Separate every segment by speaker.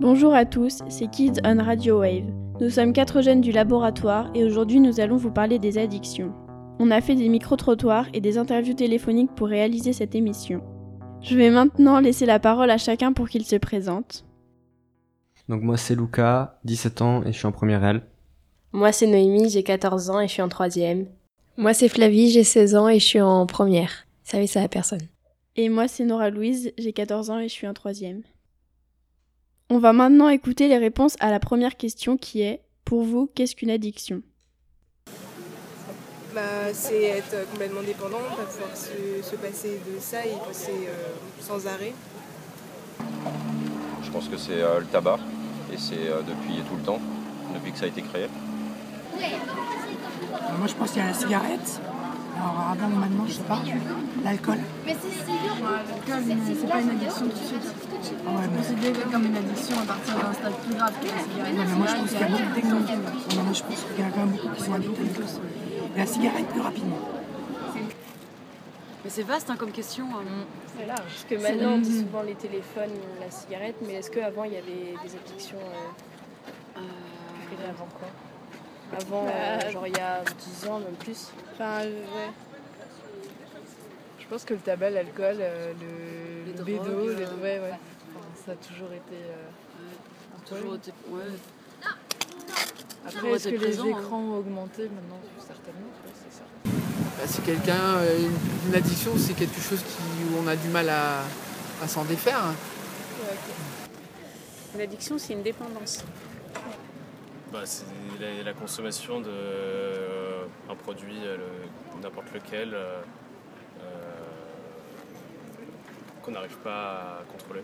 Speaker 1: Bonjour à tous, c'est Kids on Radio Wave. Nous sommes quatre jeunes du laboratoire et aujourd'hui nous allons vous parler des addictions. On a fait des micro-trottoirs et des interviews téléphoniques pour réaliser cette émission. Je vais maintenant laisser la parole à chacun pour qu'il se présente.
Speaker 2: Donc moi c'est Lucas, 17 ans et je suis en première L.
Speaker 3: Moi, c'est Noémie, j'ai 14 ans et je suis en troisième.
Speaker 4: Moi, c'est Flavie, j'ai 16 ans et je suis en première. Service à la personne.
Speaker 1: Et moi c'est Nora Louise, j'ai 14 ans et je suis en troisième. On va maintenant écouter les réponses à la première question qui est Pour vous, qu'est-ce qu'une addiction
Speaker 5: Bah, c'est être complètement dépendant, pas pouvoir se, se passer de ça et passer euh, sans arrêt.
Speaker 6: Je pense que c'est euh, le tabac, et c'est euh, depuis tout le temps, depuis que ça a été créé.
Speaker 7: Euh, Moi, je pense qu'il y a la cigarette. Alors, avant ou maintenant, je sais pas. L'alcool.
Speaker 8: L'alcool, mais c'est pas une addiction tout de suite.
Speaker 7: Ah ouais, mais-
Speaker 8: Considéré comme une addiction à partir d'un stade plus grave que la cigarette.
Speaker 7: Ouais, mais moi, je pense qu'il y a beaucoup
Speaker 8: Il
Speaker 7: de Non, mais je pense qu'il y a quand même beaucoup qui sont addicts à une chose. La cigarette plus rapidement.
Speaker 9: Mais c'est vaste hein, comme question. hein.
Speaker 10: C'est large. Mm. Parce que maintenant, on dit souvent les téléphones, la cigarette, mais est-ce qu'avant, il y avait des addictions euh, plus graves avant quoi Avant, euh,
Speaker 9: Bah,
Speaker 10: genre il y a 10 ans, même plus.
Speaker 1: Enfin,
Speaker 11: Je pense que le tabac, l'alcool, euh, le, le
Speaker 9: drogues,
Speaker 11: bédo, les-
Speaker 9: euh,
Speaker 11: ouais, ouais. Enfin, ça a toujours été. euh, un
Speaker 9: Toujours
Speaker 11: problème.
Speaker 9: été- ouais.
Speaker 11: Après,
Speaker 9: toujours
Speaker 11: est-ce
Speaker 9: été
Speaker 11: que
Speaker 9: présent,
Speaker 11: les
Speaker 9: hein.
Speaker 11: écrans ont augmenté maintenant Certainement, tu vois, c'est certain.
Speaker 12: Bah, c'est quelqu'un, euh, une, une addiction, c'est quelque chose qui, où on a du mal à, à s'en défaire.
Speaker 13: Une addiction, c'est une dépendance.
Speaker 14: Bah, c'est la, la consommation d'un produit, euh, le- n'importe lequel, euh, euh, qu'on n'arrive pas à contrôler.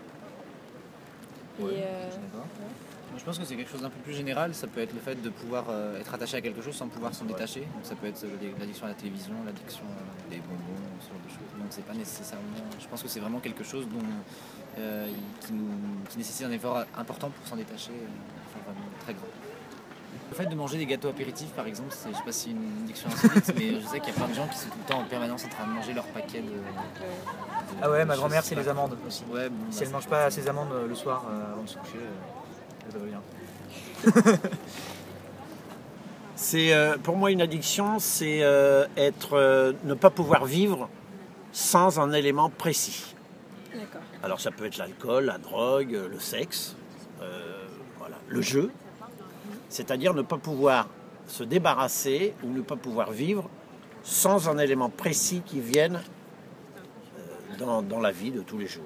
Speaker 15: Je pense que c'est quelque chose d'un peu plus général. Ça peut être le fait de pouvoir euh, être attaché à quelque chose sans pouvoir s'en détacher. Donc ça peut être euh, les- l'addiction à la télévision, l'addiction euh, des bonbons, ce genre de choses. Donc c'est pas nécessairement. Je pense que c'est vraiment quelque chose dont, euh, il- qui, nous- qui nécessite un effort important pour s'en détacher. euh, enfin, vraiment très grand. Le fait de manger des gâteaux apéritifs, par exemple, c'est- je sais pas si c'est une addiction insolite, mais je sais qu'il y a plein de gens qui sont tout le temps en permanence en train de manger leur paquet de.
Speaker 16: Ah ouais, ma grand-mère, c'est les amandes aussi.
Speaker 15: Ouais, bon,
Speaker 16: si
Speaker 15: bah,
Speaker 16: elle mange pas ses amandes euh, le soir euh, avant de se coucher, euh, elle va bien.
Speaker 17: C'est euh, pour moi une addiction, c'est euh, être euh, ne pas pouvoir vivre sans un élément précis.
Speaker 8: D'accord.
Speaker 17: Alors ça peut être l'alcool, la drogue, euh, le sexe, euh, voilà, le jeu. C'est-à-dire ne pas pouvoir se débarrasser ou ne pas pouvoir vivre sans un élément précis qui vienne euh, dans, dans la vie de tous les jours.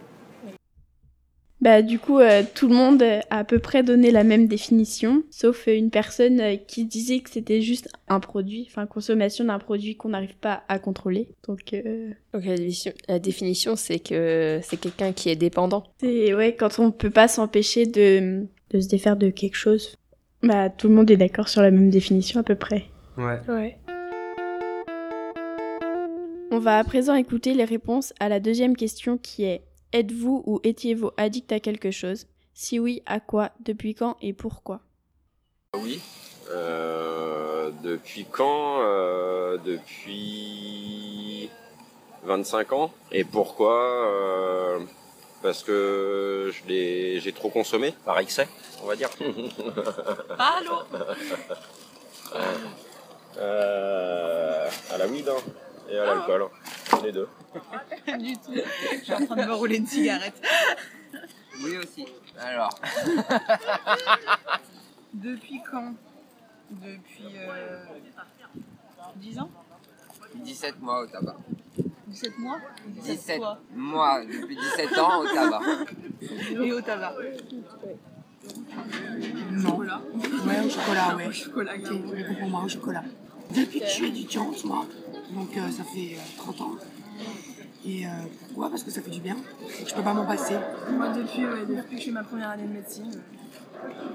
Speaker 1: Bah du coup, euh, tout le monde euh, a à peu près donné la même définition, sauf euh, une personne euh, qui disait que c'était juste un produit, enfin consommation d'un produit qu'on n'arrive pas à contrôler. Donc euh,
Speaker 3: Donc la définition, la définition, c'est que c'est quelqu'un qui est dépendant.
Speaker 1: c'est ouais, quand on peut pas s'empêcher de, de se défaire de quelque chose. Bah tout le monde est d'accord sur la même définition à peu près.
Speaker 2: Ouais.
Speaker 1: Ouais. On va à présent écouter les réponses à la deuxième question qui est Êtes-vous ou étiez-vous addict à quelque chose Si oui, à quoi Depuis quand et pourquoi
Speaker 6: Oui. Euh, depuis quand Euh, Depuis 25 ans. Et pourquoi Euh, Parce que je l'ai- j'ai trop consommé, par excès, on va dire.
Speaker 9: Allô
Speaker 6: Euh, À la weed hein, et à l'alcool, hein, les deux.
Speaker 8: Pas du tout. Je suis en train de me rouler une cigarette.
Speaker 18: Oui aussi. Alors.
Speaker 8: Depuis quand Depuis euh, 10 ans
Speaker 18: 17 mois au tabac.
Speaker 8: 17 mois
Speaker 18: 17
Speaker 8: fois.
Speaker 18: mois, depuis 17 ans au tabac.
Speaker 8: Et au tabac.
Speaker 7: Non. Ouais, au chocolat, ouais.
Speaker 8: Au chocolat,
Speaker 7: Ok,
Speaker 8: clairement.
Speaker 7: mais bon, pour moi, au chocolat. Depuis que je suis étudiante, moi, donc euh, ça fait euh, 30 ans. Et euh, pourquoi Parce que ça fait du bien. Je peux pas m'en passer.
Speaker 8: Moi, depuis, ouais, depuis que je fais ma première année de médecine,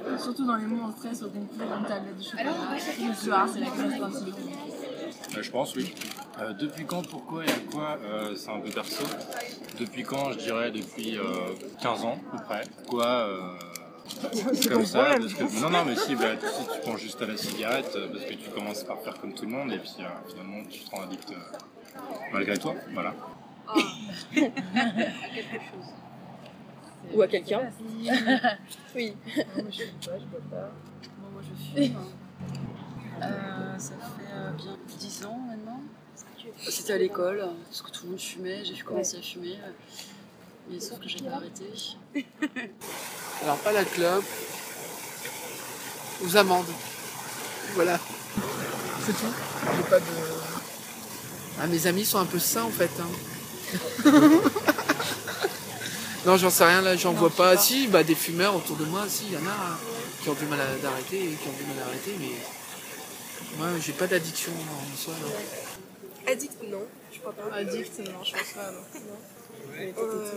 Speaker 8: euh, surtout dans les moments de stress au concours, une tablette de chocolat, le soir, c'est la classe principale.
Speaker 19: Euh, je pense, oui. Euh, depuis quand, pourquoi et à quoi euh, C'est un peu perso. Depuis quand Je dirais depuis euh, 15 ans, à peu près. Pourquoi euh,
Speaker 17: C'est ton
Speaker 19: comme ça
Speaker 17: problème.
Speaker 19: parce que- Non, non, mais si, bah, tu, si tu penses juste à la cigarette, euh, parce que tu commences par faire comme tout le monde, et puis euh, finalement, tu te rends addict euh, malgré toi. Voilà.
Speaker 8: quelque chose.
Speaker 10: Ou à quelqu'un. oui.
Speaker 11: Non, mais je fume pas, je bois pas. Bon, moi je fume. Euh, ça fait euh, bien 10 ans maintenant. C'était à l'école, parce que tout le monde fumait, j'ai commencé à fumer. Mais sauf que j'ai pas arrêté.
Speaker 12: Alors, pas la clope, aux amandes. Voilà. C'est tout. J'ai pas de. Ah, mes amis sont un peu sains en fait. hein. non, j'en sais rien là, j'en
Speaker 11: Non,
Speaker 12: vois
Speaker 11: je
Speaker 12: pas.
Speaker 11: sais pas.
Speaker 12: Si, bah des fumeurs autour de moi, si, il y en a euh, qui ont du mal à- d'arrêter et qui ont du mal à arrêter, mais. Moi, j'ai pas d'addiction en soi. non.
Speaker 5: Addict, non, je crois pas.
Speaker 11: Addict, non, je pense pas. Non.
Speaker 5: Euh,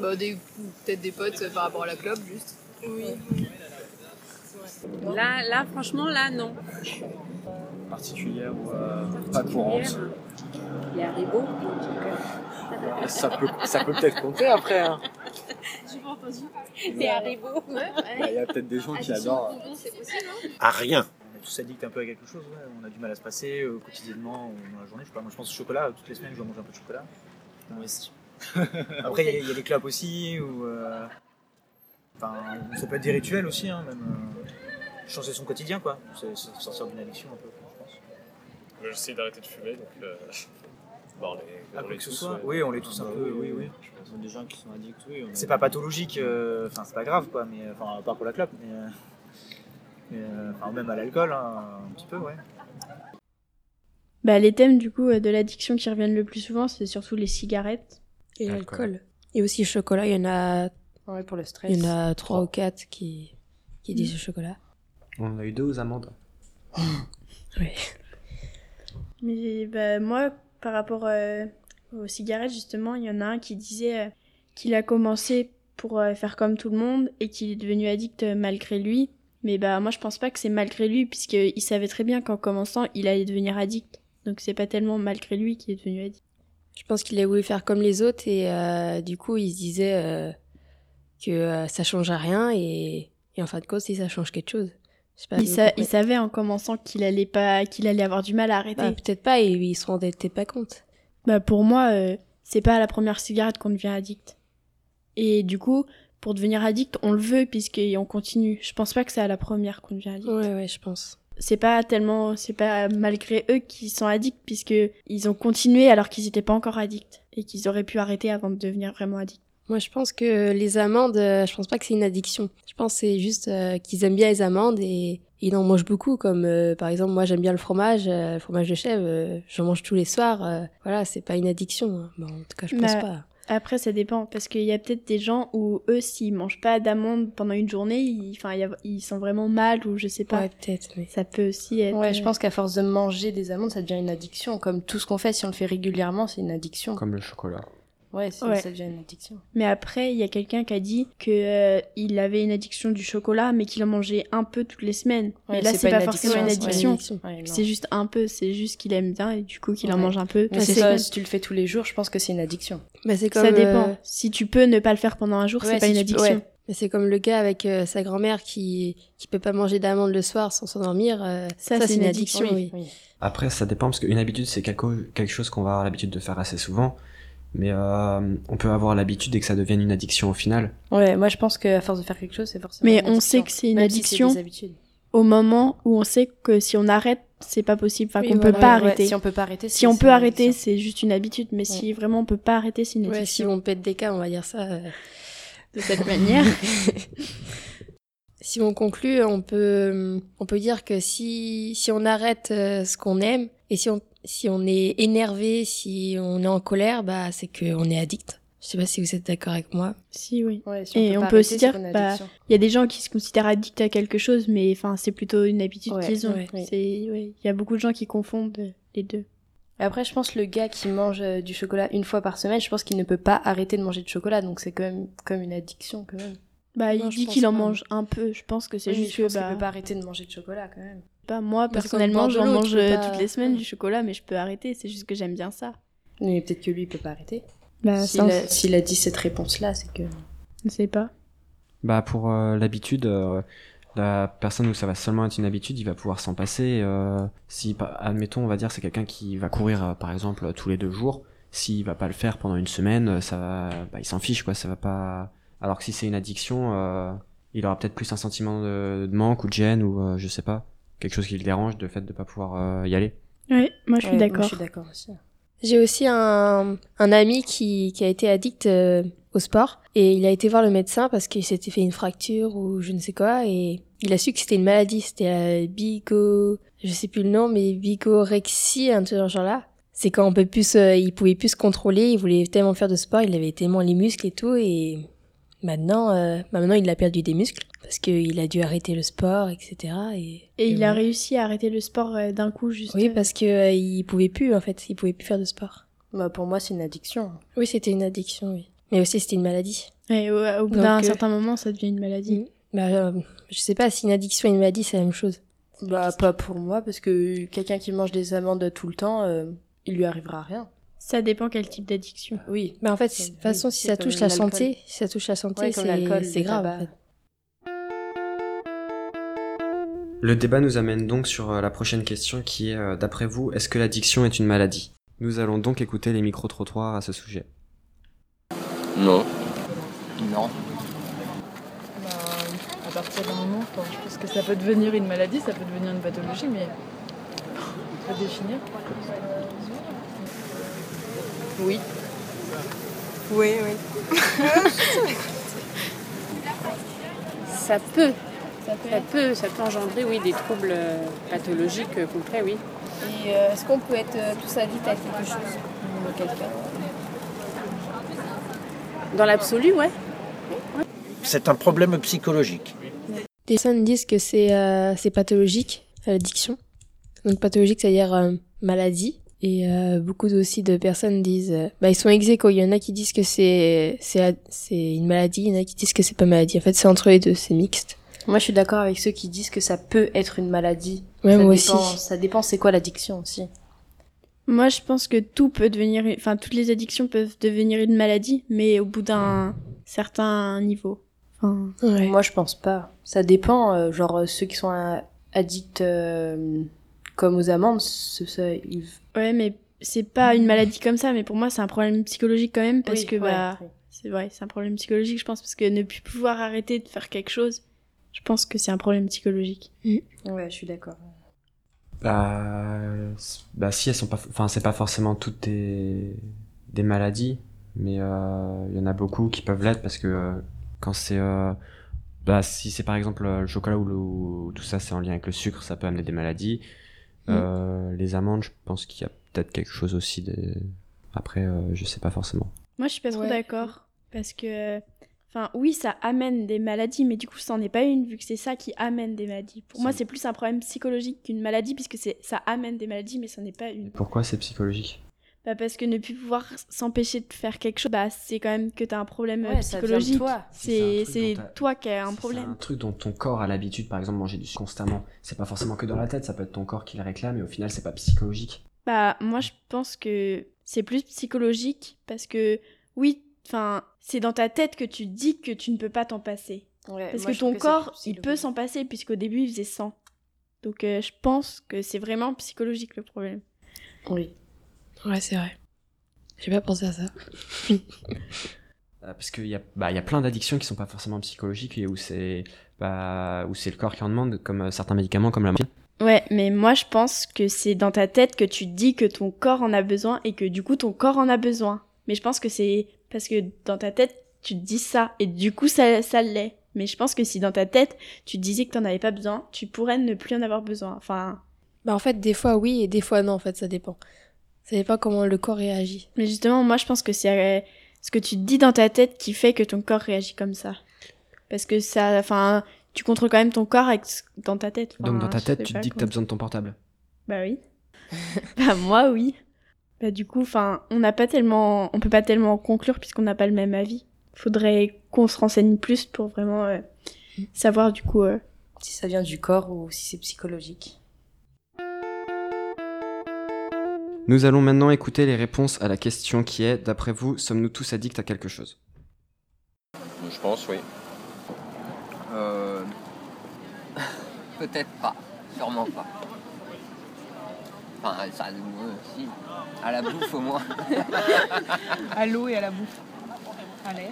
Speaker 11: Bah, des- Peut-être des potes euh, par rapport à la clope, juste. Oui.
Speaker 13: Là, là, franchement, là, non.
Speaker 9: Particulière ou euh, pas courante.
Speaker 13: Il y a Haribo.
Speaker 9: Ça peut, ça peut peut-être compter après. hein.
Speaker 13: J'ai pas entendu. C'est Haribo.
Speaker 16: Il y a peut-être des gens qui
Speaker 13: Addiction
Speaker 16: adorent.
Speaker 13: au bonbon, c'est possible, hein
Speaker 17: À rien.
Speaker 16: On est tous addicts un peu à quelque chose, ouais. on a du mal à se passer euh, quotidiennement, ou dans la journée, je sais pas. Moi je pense au chocolat, euh, toutes les semaines je dois manger un peu de chocolat. Moi aussi. Après il y a- il y, a les clopes aussi, ou. euh, Enfin, ça peut être des rituels aussi, hein, même. euh, Changer son quotidien, quoi. C'est c'est sortir d'une addiction un peu, je pense.
Speaker 14: J'essaie d'arrêter de fumer, donc. euh, bah, on est,
Speaker 16: Ah,
Speaker 14: on
Speaker 16: quoi
Speaker 14: est
Speaker 16: que ce
Speaker 14: tous,
Speaker 16: soit
Speaker 14: ouais.
Speaker 16: Oui, on l'est tous un
Speaker 14: Bah
Speaker 16: peu, oui, oui.
Speaker 15: Des gens qui sont addicts, oui. on a-
Speaker 16: C'est pas pathologique, euh, enfin c'est pas grave quoi, mais euh, enfin à part pour la clope, mais, euh, mais, euh, enfin, même à l'alcool hein, un petit peu ouais.
Speaker 1: Bah, les thèmes du coup euh, de l'addiction qui reviennent le plus souvent, c'est surtout les cigarettes.
Speaker 4: Et l'alcool. Et aussi le chocolat, il y en a.
Speaker 10: Ouais, pour le stress.
Speaker 4: Il y en a 3 ou 4 qui,
Speaker 3: Mm.
Speaker 4: qui disent le chocolat.
Speaker 2: On en a eu deux aux amandes.
Speaker 1: Mais bah, moi, par rapport euh, aux cigarettes, justement, il y en a un qui disait euh, qu'il a commencé pour euh, faire comme tout le monde et qu'il est devenu addict euh, malgré lui. Mais bah moi, je pense pas que c'est malgré lui, puisqu'il savait très bien qu'en commençant, il allait devenir addict. Donc c'est pas tellement malgré lui qu'il est devenu addict.
Speaker 4: Je pense qu'il a voulu faire comme les autres et euh, du coup, il se disait euh, que euh, ça changerait rien et, et en fin de compte, si ça change quelque chose. Je sais pas,
Speaker 1: Il,
Speaker 4: je
Speaker 1: sa-
Speaker 4: comprends-
Speaker 1: il savait en commençant qu'il allait pas, qu'il allait avoir du mal à arrêter.
Speaker 4: Bah, peut-être pas et il se rendait peut-être pas compte.
Speaker 1: Bah pour moi, euh, c'est pas à la première cigarette qu'on devient addict. Et du coup, pour devenir addict, on le veut puisqu'on continue. Je pense pas que c'est à la première qu'on devient addict.
Speaker 4: Ouais, ouais, je pense.
Speaker 1: C'est pas tellement, c'est pas malgré eux qu'ils sont addicts puisque ils ont continué alors qu'ils étaient pas encore addicts et qu'ils auraient pu arrêter avant de devenir vraiment addicts.
Speaker 4: Moi, je pense que les amandes, euh, je pense pas que c'est une addiction. Je pense que c'est juste euh, qu'ils aiment bien les amandes et ils en mangent beaucoup. Comme euh, par exemple, moi, j'aime bien le fromage, euh, le fromage de chèvre, euh, j'en mange tous les soirs. euh, voilà, c'est pas une addiction. hein. Bon, en tout cas, je pense
Speaker 1: Bah,
Speaker 4: pas.
Speaker 1: Après, ça dépend parce qu'il y a peut-être des gens où eux, s'ils mangent pas d'amandes pendant une journée, ils, enfin, il y a- ils sont vraiment mal ou je sais pas.
Speaker 4: Ouais, peut-être. oui.
Speaker 1: Ça peut aussi être. euh,
Speaker 10: Ouais, je pense qu'à force de manger des amandes, ça devient une addiction. Comme tout ce qu'on fait, si on le fait régulièrement, c'est une addiction.
Speaker 2: Comme le chocolat.
Speaker 10: Ouais, c'est-
Speaker 1: Ouais.
Speaker 10: ça devient une addiction.
Speaker 1: Mais après, il y a quelqu'un qui a dit que euh, il avait une addiction du chocolat, mais qu'il en mangeait un peu toutes les semaines.
Speaker 10: Ouais,
Speaker 1: mais là,
Speaker 10: c'est
Speaker 1: c'est
Speaker 10: pas
Speaker 1: pas,
Speaker 10: une
Speaker 1: forcément une
Speaker 10: addiction, c'est pas une addiction. Ouais,
Speaker 1: addiction.
Speaker 10: non.
Speaker 1: c'est juste un peu, c'est juste qu'il aime bien et du coup qu'il en
Speaker 10: Ouais.
Speaker 1: mange un peu.
Speaker 10: Mais
Speaker 1: toutes
Speaker 10: c'est
Speaker 1: les
Speaker 10: ça,
Speaker 1: semaines.
Speaker 10: si tu le fais tous les jours, je pense que c'est une addiction.
Speaker 4: Bah, c'est
Speaker 1: ça
Speaker 4: comme,
Speaker 1: dépend.
Speaker 4: euh,
Speaker 1: Si tu peux ne pas le faire pendant un jour,
Speaker 4: Ouais,
Speaker 1: c'est pas
Speaker 4: si
Speaker 1: une
Speaker 4: tu-
Speaker 1: addiction.
Speaker 4: ouais. Mais c'est comme le gars avec euh, sa grand-mère qui qui peut pas manger d'amandes le soir sans s'endormir. euh, ça, c'est une, addiction. oui.
Speaker 2: Après, ça dépend parce qu'une habitude, c'est quelque quelque chose qu'on va avoir l'habitude de faire assez souvent. Mais euh, on peut avoir l'habitude et que ça devienne une addiction au final.
Speaker 10: Ouais, moi je pense qu'à force de faire quelque chose, c'est forcément.
Speaker 1: Mais
Speaker 10: une
Speaker 1: on
Speaker 10: addiction.
Speaker 1: sait que c'est une
Speaker 10: Même si
Speaker 1: addiction
Speaker 10: des habitudes.
Speaker 1: au moment où on sait que si on arrête, c'est pas possible. Enfin,
Speaker 10: Oui,
Speaker 1: qu'on
Speaker 10: voilà.
Speaker 1: peut pas
Speaker 10: Ouais, ouais.
Speaker 1: arrêter.
Speaker 10: Si on peut pas arrêter,
Speaker 1: Si
Speaker 10: c'est-
Speaker 1: on
Speaker 10: c'est
Speaker 1: peut
Speaker 10: une
Speaker 1: arrêter, c'est juste une habitude. Mais si vraiment on peut pas arrêter, c'est une
Speaker 4: Ouais, si
Speaker 1: addiction.
Speaker 4: on pète des cas, on va dire ça euh,
Speaker 1: de cette manière.
Speaker 4: Si on conclut, on peut, on peut dire que si, si on arrête euh, ce qu'on aime et si on, si on est énervé, si on est en colère, bah, c'est qu'on est addict. Je sais pas si vous êtes d'accord avec moi.
Speaker 1: Si, oui.
Speaker 10: Ouais, si on
Speaker 1: et
Speaker 10: peut pas
Speaker 1: on peut
Speaker 10: arrêter,
Speaker 1: aussi
Speaker 10: c'est
Speaker 1: dire
Speaker 10: qu'on a
Speaker 1: bah,
Speaker 10: addiction.
Speaker 1: il y a des gens qui se considèrent addicts à quelque chose, mais enfin, c'est plutôt une habitude
Speaker 10: Ouais,
Speaker 1: qu'ils ont.
Speaker 10: ouais.
Speaker 1: C'est- ouais, Il y a beaucoup de gens qui confondent euh, les deux.
Speaker 10: Après, je pense le gars qui mange euh, du chocolat une fois par semaine, je pense qu'il ne peut pas arrêter de manger de chocolat, donc c'est quand même comme une addiction quand même.
Speaker 1: Bah,
Speaker 10: Non,
Speaker 1: il
Speaker 10: je
Speaker 1: dit
Speaker 10: pense
Speaker 1: qu'il en
Speaker 10: pas.
Speaker 1: mange un peu. Je pense que c'est
Speaker 10: Oui, mais
Speaker 1: juste
Speaker 10: je
Speaker 1: que
Speaker 10: pense qu'il
Speaker 1: bah,
Speaker 10: peut pas arrêter de manger de chocolat quand même.
Speaker 1: bah, moi
Speaker 10: Bah, c'est comme boire
Speaker 1: personnellement,
Speaker 10: de
Speaker 1: j'en
Speaker 10: l'eau, tu
Speaker 1: mange
Speaker 10: peux
Speaker 1: euh,
Speaker 10: pas-
Speaker 1: toutes les semaines du chocolat, mais je peux arrêter. C'est juste que j'aime bien ça.
Speaker 10: Mais peut-être que lui, il peut pas arrêter.
Speaker 1: Bah,
Speaker 10: s'il
Speaker 1: ça, on-
Speaker 10: a, s'il a dit cette réponse-là, c'est que.
Speaker 1: Je sais pas.
Speaker 2: Bah pour euh, l'habitude, euh, la personne où ça va seulement être une habitude, il va pouvoir s'en passer. euh, si pa- admettons, on va dire c'est quelqu'un qui va courir euh, par exemple tous les deux jours, s'il va pas le faire pendant une semaine, euh, ça va, bah, il s'en fiche quoi, ça va pas Alors que si c'est une addiction, euh, il aura peut-être plus un sentiment de, de manque ou de gêne ou euh, je sais pas, quelque chose qui le dérange, de fait de pas pouvoir euh, y aller.
Speaker 1: Oui, moi je suis
Speaker 3: Ouais, moi,
Speaker 1: d'accord.
Speaker 3: je suis d'accord aussi.
Speaker 4: J'ai aussi un, un ami qui, qui a été addict euh, au sport et il a été voir le médecin parce qu'il s'était fait une fracture ou je ne sais quoi et il a su que c'était une maladie, c'était la bigo, je sais plus le nom mais bigorexie un truc dans ce genre-là. C'est quand on peut plus, euh, il pouvait plus se contrôler, il voulait tellement faire de sport, il avait tellement les muscles et tout et maintenant, euh, bah maintenant il a perdu des muscles parce qu'il a dû arrêter le sport etc. Et,
Speaker 1: Et il a
Speaker 4: ouais.
Speaker 1: réussi à arrêter le sport euh, d'un coup juste.
Speaker 4: Oui parce que euh, il pouvait plus en fait, il pouvait plus faire de sport.
Speaker 3: Bah, pour moi, c'est une addiction.
Speaker 4: Oui, c'était une addiction, oui. Mais aussi, c'était une maladie.
Speaker 1: Et au, au bout
Speaker 4: Donc,
Speaker 1: d'un
Speaker 4: euh,
Speaker 1: certain moment, ça devient une maladie.
Speaker 4: Bah, euh, je sais pas si une addiction et une maladie, c'est la même chose.
Speaker 3: Bah, pas pour moi, parce que quelqu'un qui mange des amandes tout le temps, euh, il lui arrivera rien.
Speaker 1: Ça dépend quel type d'addiction.
Speaker 3: Oui.
Speaker 4: Mais en fait, de toute façon, si ça touche la santé, si ça touche la santé,
Speaker 3: Ouais, comme l'alcool,
Speaker 4: c'est c'est
Speaker 3: le
Speaker 4: grave.
Speaker 3: tabac.
Speaker 4: en fait.
Speaker 2: Le débat nous amène donc sur euh, la prochaine question qui est, euh, d'après vous, est-ce que l'addiction est une maladie Nous allons donc écouter les micro-trottoirs à ce sujet.
Speaker 6: Non.
Speaker 2: Non.
Speaker 20: Bah, à partir d'un moment, enfin, je pense que ça peut devenir une maladie, ça peut devenir une pathologie, mais on peut définir.
Speaker 11: Oui.
Speaker 5: Oui, oui.
Speaker 13: Ça peut. Ça peut, ça peut, engendrer oui, des troubles euh, pathologiques euh, concrets, oui.
Speaker 10: Et euh, est-ce qu'on peut être euh, tous addicts à quelque chose ou à quelqu'un
Speaker 13: Dans l'absolu, ouais.
Speaker 17: C'est un problème psychologique.
Speaker 4: Des personnes disent que c'est euh, c'est pathologique, euh, l'addiction. Donc pathologique, c'est-à-dire euh, maladie. Et euh, beaucoup aussi de personnes disent... euh, bah, ils sont ex aequo. Il y en a qui disent que c'est c'est ad- c'est une maladie, il y en a qui disent que c'est pas maladie. En fait, c'est entre les deux, c'est mixte.
Speaker 3: Moi, je suis d'accord avec ceux qui disent que ça peut être une maladie.
Speaker 4: Ouais,
Speaker 3: ça dépend,
Speaker 4: moi aussi.
Speaker 3: Ça dépend, c'est quoi l'addiction aussi.
Speaker 1: Moi, je pense que tout peut devenir, enfin, toutes les addictions peuvent devenir une maladie, mais au bout d'un certain niveau. Enfin,
Speaker 3: Moi, je pense pas. Ça dépend. euh, genre, euh, ceux qui sont euh, addicts euh, comme aux amandes, ce- ça, ils...
Speaker 1: ouais, mais c'est pas une maladie comme ça, mais pour moi, c'est un problème psychologique quand même, parce
Speaker 3: Oui,
Speaker 1: que
Speaker 3: ouais,
Speaker 1: bah,
Speaker 3: oui.
Speaker 1: c'est vrai, c'est un problème psychologique, je pense, parce que ne plus pouvoir arrêter de faire quelque chose, je pense que c'est un problème psychologique. Mm.
Speaker 3: Ouais, je suis d'accord.
Speaker 2: Bah, c- bah si elles sont pas, enfin c'est pas forcément toutes des, des maladies, mais euh, il y en a beaucoup qui peuvent l'être parce que euh, quand c'est, euh, bah si c'est par exemple euh, le chocolat ou, le- ou tout ça c'est en lien avec le sucre, ça peut amener des maladies. Euh, les amandes, je pense qu'il y a peut-être quelque chose aussi. De... Après, euh, je sais pas forcément.
Speaker 1: Moi, je suis pas trop
Speaker 10: Ouais.
Speaker 1: d'accord, parce que, enfin, oui, ça amène des maladies, mais du coup, ça en est pas une, vu que c'est ça qui amène des maladies. Pour moi, c'est plus un problème psychologique qu'une maladie, puisque c'est, ça amène des maladies, mais ça n'est pas une.
Speaker 2: Pourquoi c'est psychologique
Speaker 1: Bah, parce que ne plus pouvoir s'empêcher de faire quelque chose, bah, c'est quand même que t'as un problème euh,
Speaker 3: Ouais, ça vient de
Speaker 1: psychologique.
Speaker 3: toi.
Speaker 1: C'est
Speaker 2: Si c'est un
Speaker 1: c'est
Speaker 2: truc dont t'as-
Speaker 1: toi qui as un
Speaker 2: C'est
Speaker 1: problème.
Speaker 2: un truc dont ton corps a l'habitude, par exemple manger du sucre constamment. C'est pas forcément que dans la tête, ça peut être ton corps qui le réclame, et au final c'est pas psychologique.
Speaker 1: Bah, moi, je pense que c'est plus psychologique parce que, oui, enfin, c'est dans ta tête que tu dis que tu ne peux pas t'en passer.
Speaker 3: Ouais,
Speaker 1: parce
Speaker 3: moi,
Speaker 1: que
Speaker 3: je
Speaker 1: ton
Speaker 3: trouve que c'est
Speaker 1: corps,
Speaker 3: plus
Speaker 1: il peut s'en passer, puisqu'au début, il faisait 100. Donc, euh, je pense que c'est vraiment psychologique le problème.
Speaker 3: Oui.
Speaker 4: Ouais, c'est vrai. J'ai pas pensé à ça.
Speaker 2: Euh, Parce qu'il y, a- bah, il y a plein d'addictions qui sont pas forcément psychologiques et où c'est bah, où c'est le corps qui en demande, comme euh, certains médicaments, comme la morphine.
Speaker 1: Ouais, mais moi, je pense que c'est dans ta tête que tu dis que ton corps en a besoin et que du coup, ton corps en a besoin. Mais je pense que c'est parce que dans ta tête, tu te dis ça et du coup, ça, ça l'est. Mais je pense que si dans ta tête, tu te disais que t'en avais pas besoin, tu pourrais ne plus en avoir besoin. Enfin,
Speaker 4: Bah en fait, des fois oui et des fois non, en fait, ça dépend. Ça dépend comment le corps réagit.
Speaker 1: mais justement, moi, je pense que c'est euh, ce que tu te dis dans ta tête qui fait que ton corps réagit comme ça. Parce que ça, enfin, tu contrôles quand même ton corps avec ce- dans ta tête.
Speaker 2: Donc dans ta
Speaker 1: Enfin, Oh, je
Speaker 2: tête,
Speaker 1: sais
Speaker 2: tu te
Speaker 1: pas
Speaker 2: dis que t'as
Speaker 1: comment-
Speaker 2: besoin de ton portable.
Speaker 1: Bah oui. bah moi oui. Bah du coup, enfin, on n'a pas tellement, on peut pas tellement en conclure puisqu'on n'a pas le même avis. Faudrait qu'on se renseigne plus pour vraiment euh, savoir du coup. euh.
Speaker 3: Si ça vient du corps ou si c'est psychologique.
Speaker 2: Nous allons maintenant écouter les réponses à la question qui est, d'après vous, sommes-nous tous addicts à quelque chose
Speaker 6: Je pense, oui.
Speaker 18: Euh, Peut-être pas, sûrement pas. Enfin, ça nous euh, si. À la bouffe au moins.
Speaker 8: À l'eau et à la bouffe. À l'air.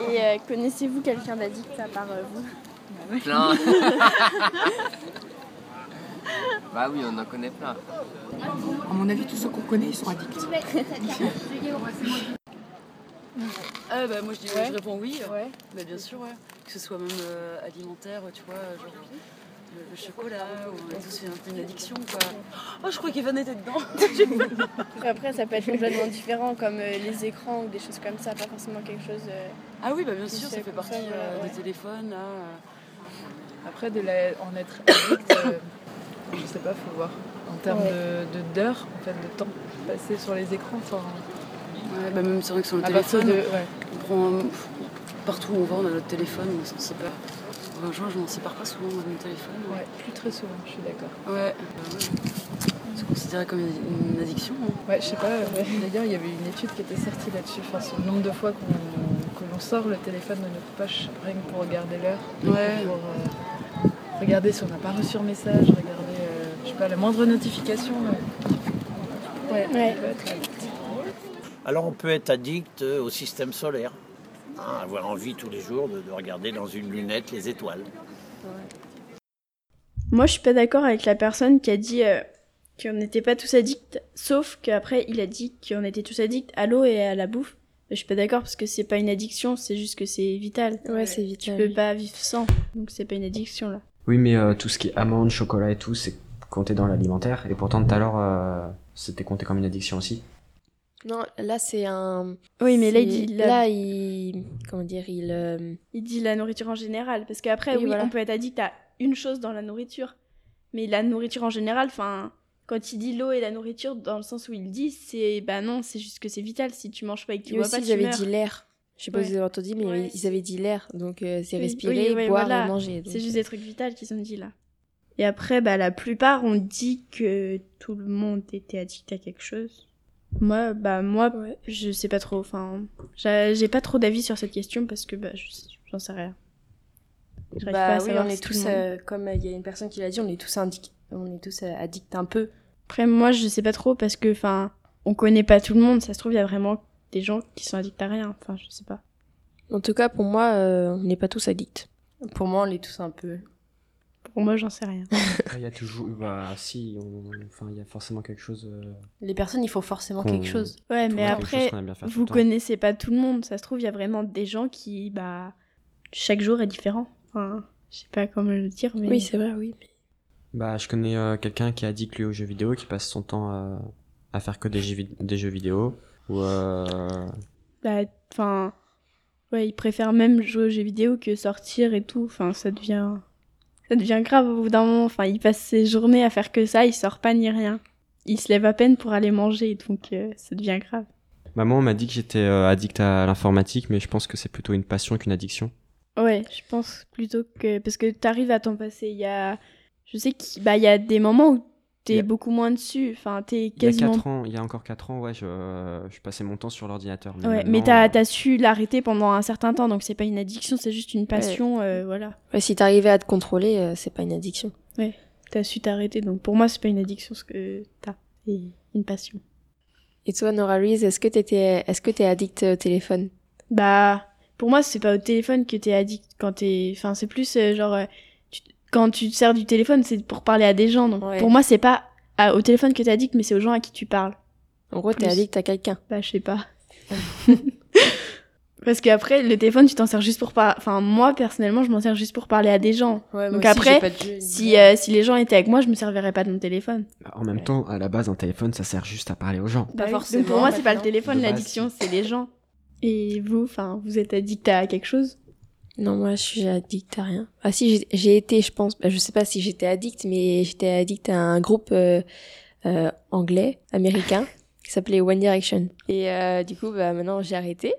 Speaker 1: Et euh, connaissez-vous quelqu'un d'addict à part euh, vous
Speaker 18: Plein. bah oui, on en connaît plein.
Speaker 7: À mon avis, tous ceux qu'on connaît, ils sont addicts.
Speaker 11: Ah bah moi je dis
Speaker 7: Ouais.
Speaker 11: je réponds oui. Bah, bien sûr, ouais. Que ce soit même euh, alimentaire, tu vois, euh, genre le, le chocolat ou euh, tout, c'est un peu une addiction quoi. Oh je crois qu'Evan était dedans.
Speaker 10: Après, ça peut être complètement différent, comme euh, les écrans ou des choses comme ça, pas forcément quelque chose. euh,
Speaker 11: ah oui bah bien
Speaker 10: qui
Speaker 11: sûr
Speaker 10: se
Speaker 11: ça fait partie
Speaker 10: consomme, euh,
Speaker 11: euh,
Speaker 10: ouais.
Speaker 11: des téléphones là. euh.
Speaker 20: Après, de la- en être addict, euh, je sais pas, faut voir. En termes
Speaker 11: Ouais.
Speaker 20: de de- d'heures, en termes de temps passé sur les écrans, enfin.
Speaker 11: Ouais, bah même c'est vrai que sur le
Speaker 20: À partir
Speaker 11: téléphone,
Speaker 20: de- ouais.
Speaker 11: on prend, pff, partout où on va, on a notre téléphone, on s'en sépare. Franchement, je m'en sépare pas souvent moi, de mon téléphone.
Speaker 20: Ouais, plus très souvent, je suis d'accord.
Speaker 11: Ouais. C'est considéré comme une une addiction. hein.
Speaker 20: Ouais, je sais pas, euh, d'ailleurs, il y avait une étude qui était sortie là-dessus, enfin, sur le nombre de fois qu'on- que l'on sort le téléphone de notre poche, rien que pour regarder l'heure,
Speaker 11: Ouais.
Speaker 20: pour euh, regarder si on n'a pas reçu un message, regarder, euh, je sais pas, la moindre notification. euh. Ouais,
Speaker 10: Ouais.
Speaker 20: ça peut être, ouais.
Speaker 17: Alors on peut être addict euh, au système solaire, hein, avoir envie tous les jours de, de regarder dans une lunette les étoiles.
Speaker 1: Moi, je suis pas d'accord avec la personne qui a dit euh, qu'on n'était pas tous addicts, sauf qu'après, il a dit qu'on était tous addicts à l'eau et à la bouffe. Je suis pas d'accord parce que c'est pas une addiction, c'est juste que c'est vital.
Speaker 4: Ouais, c'est
Speaker 1: Tu
Speaker 4: vital.
Speaker 1: peux pas vivre sans, donc c'est pas une addiction là.
Speaker 2: Oui, mais euh, tout ce qui est amande, chocolat et tout, c'est compté dans l'alimentaire. Et pourtant, tout à l'heure, euh, c'était compté comme une addiction aussi.
Speaker 4: Non, là c'est un.
Speaker 1: Oui, mais là, il
Speaker 4: c'est-
Speaker 1: dit la-
Speaker 4: Là, il. Comment dire Il. euh,
Speaker 1: Il dit la nourriture en général, parce qu'après,
Speaker 4: Oui,
Speaker 1: oui,
Speaker 4: voilà.
Speaker 1: on peut être addict à une chose dans la nourriture, mais la nourriture en général, enfin, quand il dit l'eau et la nourriture, dans le sens où il dit, c'est bah non, c'est juste que c'est vital. Si tu manges pas et que tu
Speaker 4: Et
Speaker 1: bois
Speaker 4: aussi,
Speaker 1: pas,
Speaker 4: ils
Speaker 1: tu
Speaker 4: avaient
Speaker 1: meurs.
Speaker 4: dit l'air. Je sais pas
Speaker 1: Ouais.
Speaker 4: si vous avez entendu, mais
Speaker 1: Ouais,
Speaker 4: ils avaient dit l'air. Donc, euh, c'est
Speaker 1: Oui,
Speaker 4: respirer,
Speaker 1: oui, oui,
Speaker 4: boire
Speaker 1: voilà.
Speaker 4: et manger. donc, euh.
Speaker 1: C'est juste des trucs vitaux qui sont dit là. Et après, bah, la plupart ont dit que tout le monde était addict à quelque chose. Moi, bah, moi, je sais pas trop. Enfin, j'a- j'ai pas trop d'avis sur cette question parce que bah, je- j'en sais rien. J'arrive pas
Speaker 4: Bah
Speaker 1: à
Speaker 4: oui,
Speaker 1: savoir
Speaker 4: on
Speaker 1: si
Speaker 4: est
Speaker 1: tout le
Speaker 4: tous,
Speaker 1: monde-
Speaker 4: euh, comme euh, il y a une personne qui l'a dit, on est tous, indic- on est tous euh, addicts un peu.
Speaker 1: Après, moi, je sais pas trop parce que, enfin, on connaît pas tout le monde. Ça se trouve, il y a vraiment des gens qui sont addicts à rien. Enfin, je sais pas.
Speaker 4: En tout cas, pour moi, euh, on n'est pas tous addicts.
Speaker 1: Pour moi, on l'est tous un peu. Pour moi, j'en sais rien.
Speaker 2: Après, Il y a toujours. Bah, si, on- enfin, il y a forcément quelque chose. euh,
Speaker 4: Les personnes, il faut forcément
Speaker 2: Qu'on- quelque chose.
Speaker 1: Ouais,
Speaker 2: Tout
Speaker 1: mais
Speaker 2: le temps, quelque chose
Speaker 1: après,
Speaker 2: qu'on aime bien faire tout
Speaker 1: vous
Speaker 2: le temps.
Speaker 1: connaissez pas tout le monde. Ça se trouve, il y a vraiment des gens qui, bah, chaque jour est différent. Enfin, je sais pas comment le dire, mais.
Speaker 4: Oui, c'est vrai, oui.
Speaker 2: Bah, je connais euh, quelqu'un qui est addict lui aux jeux vidéo, qui passe son temps euh, à faire que des jeux, vid- des jeux vidéo. Ou. euh,
Speaker 1: Bah, enfin. Ouais, ils préfèrent même jouer aux jeux vidéo que sortir et tout. Enfin, ça devient. Ça devient grave au bout d'un moment. Enfin, ils passent ses journées à faire que ça, ils sortent pas ni rien. Ils se lèvent à peine pour aller manger, donc euh, ça devient grave.
Speaker 2: Bah, moi, on m'a dit que j'étais euh, addict à l'informatique, mais je pense que c'est plutôt une passion qu'une addiction.
Speaker 1: Ouais, je pense plutôt que. Parce que t'arrives à t'en passer. Il y a. Je sais qu'il bah, il y a des moments où t'es
Speaker 2: Il y a-
Speaker 1: beaucoup moins dessus. Enfin, t'es
Speaker 2: Il y a
Speaker 1: quasiment.
Speaker 2: quatre ans, il y a encore 4 ans, ouais, je, euh, je passais mon temps sur l'ordinateur.
Speaker 1: Ouais,
Speaker 2: maintenant, euh.
Speaker 1: mais t'as as su l'arrêter pendant un certain temps, donc c'est pas une addiction, c'est juste une passion. euh, voilà.
Speaker 4: Ouais, si t'arrivais à te contrôler, euh, c'est pas une addiction.
Speaker 1: Ouais, t'as su t'arrêter. Donc pour moi, c'est pas une addiction ce que t'as. C'est une passion.
Speaker 4: Et toi, Nora Louise, est-ce que t'étais, est-ce que t'es addict au téléphone
Speaker 1: Bah, pour moi, c'est pas au téléphone que t'es addict quand t'es. Enfin, c'est plus euh, genre. euh, tu- Quand tu te sers du téléphone, c'est pour parler à des gens. Donc
Speaker 4: Ouais.
Speaker 1: pour moi, c'est pas à- au téléphone que t'es addict, mais c'est aux gens à qui tu parles.
Speaker 4: En gros, t'es
Speaker 1: Plus.
Speaker 4: addict à quelqu'un.
Speaker 1: Bah, je sais pas. Parce qu'après, le téléphone, tu t'en sers juste pour parler. Enfin, moi, personnellement, je m'en sers juste pour parler à des gens.
Speaker 4: Ouais, moi
Speaker 1: Donc
Speaker 4: aussi, j'ai
Speaker 1: après,
Speaker 4: pas de jeu,
Speaker 1: si, euh, si les gens étaient avec moi, je me servirais pas de mon téléphone.
Speaker 2: Bah, en même temps, à la base, un téléphone, ça sert juste à parler aux gens.
Speaker 1: Bah oui.
Speaker 11: forcément,
Speaker 1: Donc pour moi,
Speaker 11: pas
Speaker 1: c'est pas le
Speaker 11: bien.
Speaker 1: téléphone,
Speaker 2: De base.
Speaker 1: l'addiction, c'est les gens. Et vous, enfin, vous êtes addict à quelque chose
Speaker 4: Non, moi, je suis addict à rien. Ah si, j'ai- j'ai été, je pense, bah, je sais pas si j'étais addict, mais j'étais addict à un groupe euh, euh, anglais, américain, qui s'appelait One Direction. Et euh, du coup, bah, maintenant, j'ai arrêté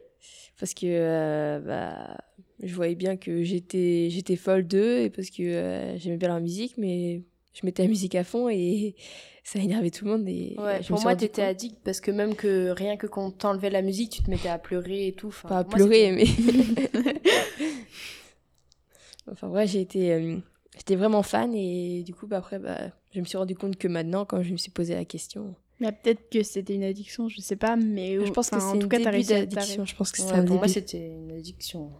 Speaker 4: parce que euh, bah, je voyais bien que j'étais j'étais folle d'eux et parce que euh, j'aimais bien leur musique, mais je mettais la musique à fond et ça énervait tout le monde. Et
Speaker 3: Ouais,
Speaker 4: je me
Speaker 3: pour
Speaker 4: suis
Speaker 3: moi,
Speaker 4: rendu
Speaker 3: t'étais
Speaker 4: compte.
Speaker 3: addict parce que même que rien que quand t'enlevait la musique, tu te mettais à pleurer et tout. Enfin,
Speaker 4: Pas à
Speaker 3: moi,
Speaker 4: pleurer, mais.
Speaker 3: c'était-
Speaker 4: enfin, ouais, j'ai été. euh, J'étais vraiment fan et du coup, bah, après, bah, je me suis rendu compte que maintenant, quand je me suis posé la question,
Speaker 1: Mais peut-être que c'était une addiction, je sais pas, mais
Speaker 4: Je pense que
Speaker 1: enfin, en
Speaker 4: c'est
Speaker 1: tout
Speaker 4: un
Speaker 1: cas, t'as
Speaker 4: début
Speaker 1: réussi à
Speaker 4: d'addiction,
Speaker 1: t'arrêter.
Speaker 4: je pense que c'est
Speaker 11: Ouais,
Speaker 4: un
Speaker 11: pour moi,
Speaker 4: début.
Speaker 11: c'était une addiction.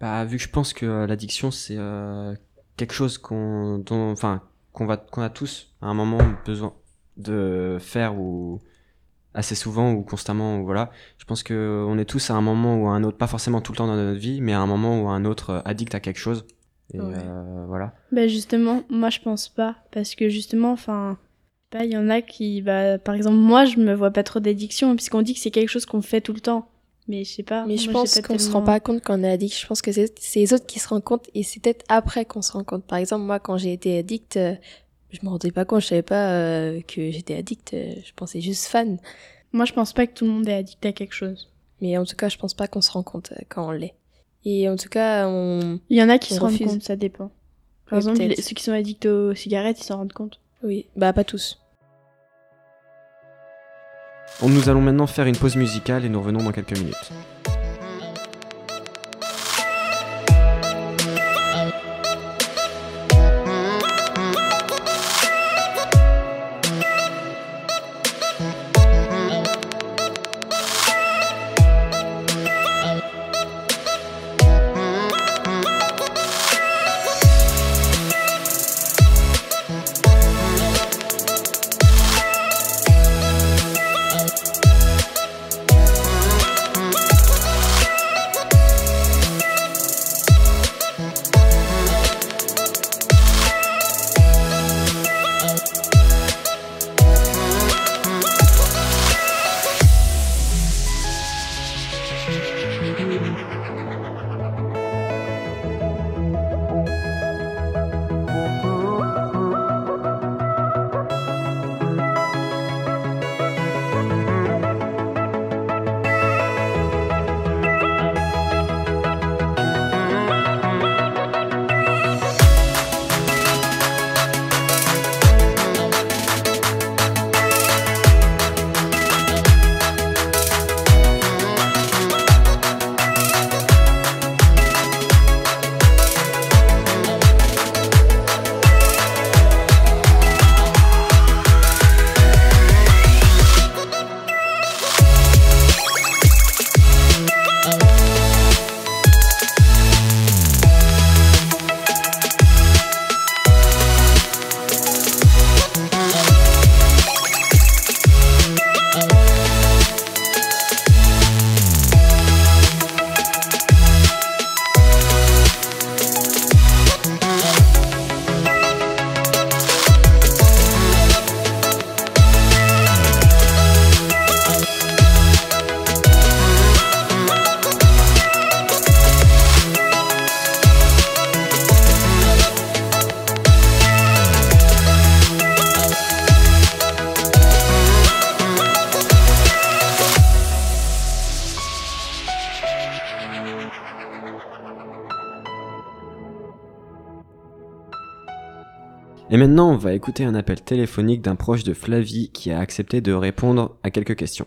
Speaker 2: Bah, vu que je pense que euh, l'addiction, c'est euh, quelque chose qu'on dont- enfin, qu'on va, qu'on a tous à un moment besoin de faire ou assez souvent ou constamment. Ou voilà. Je pense que on est tous à un moment ou à un autre, pas forcément tout le temps dans notre vie, mais à un moment ou à un autre euh, addict à quelque chose. Et
Speaker 1: Ouais.
Speaker 2: euh, voilà.
Speaker 1: Bah justement, moi je pense pas, parce que justement, enfin, je sais pas, il y en a qui, bah, par exemple, moi je me vois pas trop d'addiction, puisqu'on dit que c'est quelque chose qu'on fait tout le temps, mais je sais pas.
Speaker 4: Mais je
Speaker 1: moi,
Speaker 4: pense
Speaker 1: j'ai
Speaker 4: qu'on se
Speaker 1: tellement-
Speaker 4: rend pas compte qu'on est addict. Je pense que c'est c'est les autres qui se rendent compte et c'est peut-être après qu'on se rend compte. Par exemple, moi, quand j'ai été addict, euh, je me rendais pas compte, je savais pas euh, que j'étais addict. euh, Je pensais juste fan.
Speaker 1: Moi, je pense pas que tout le monde est addict à quelque chose.
Speaker 4: Mais en tout cas, je pense pas qu'on se rend compte euh, quand on l'est. Et en tout cas, on.
Speaker 1: Il y en a qui
Speaker 4: on
Speaker 1: se rendent
Speaker 4: refuse.
Speaker 1: compte, ça dépend. Par
Speaker 4: Ouais,
Speaker 1: exemple,
Speaker 4: peut-être.
Speaker 1: les- ceux qui sont addicts aux cigarettes, ils s'en rendent compte.
Speaker 4: Oui, bah pas tous.
Speaker 2: On, nous allons maintenant faire une pause musicale et nous revenons dans quelques minutes. Et maintenant, on va écouter un appel téléphonique d'un proche de Flavie qui a accepté de répondre à quelques questions.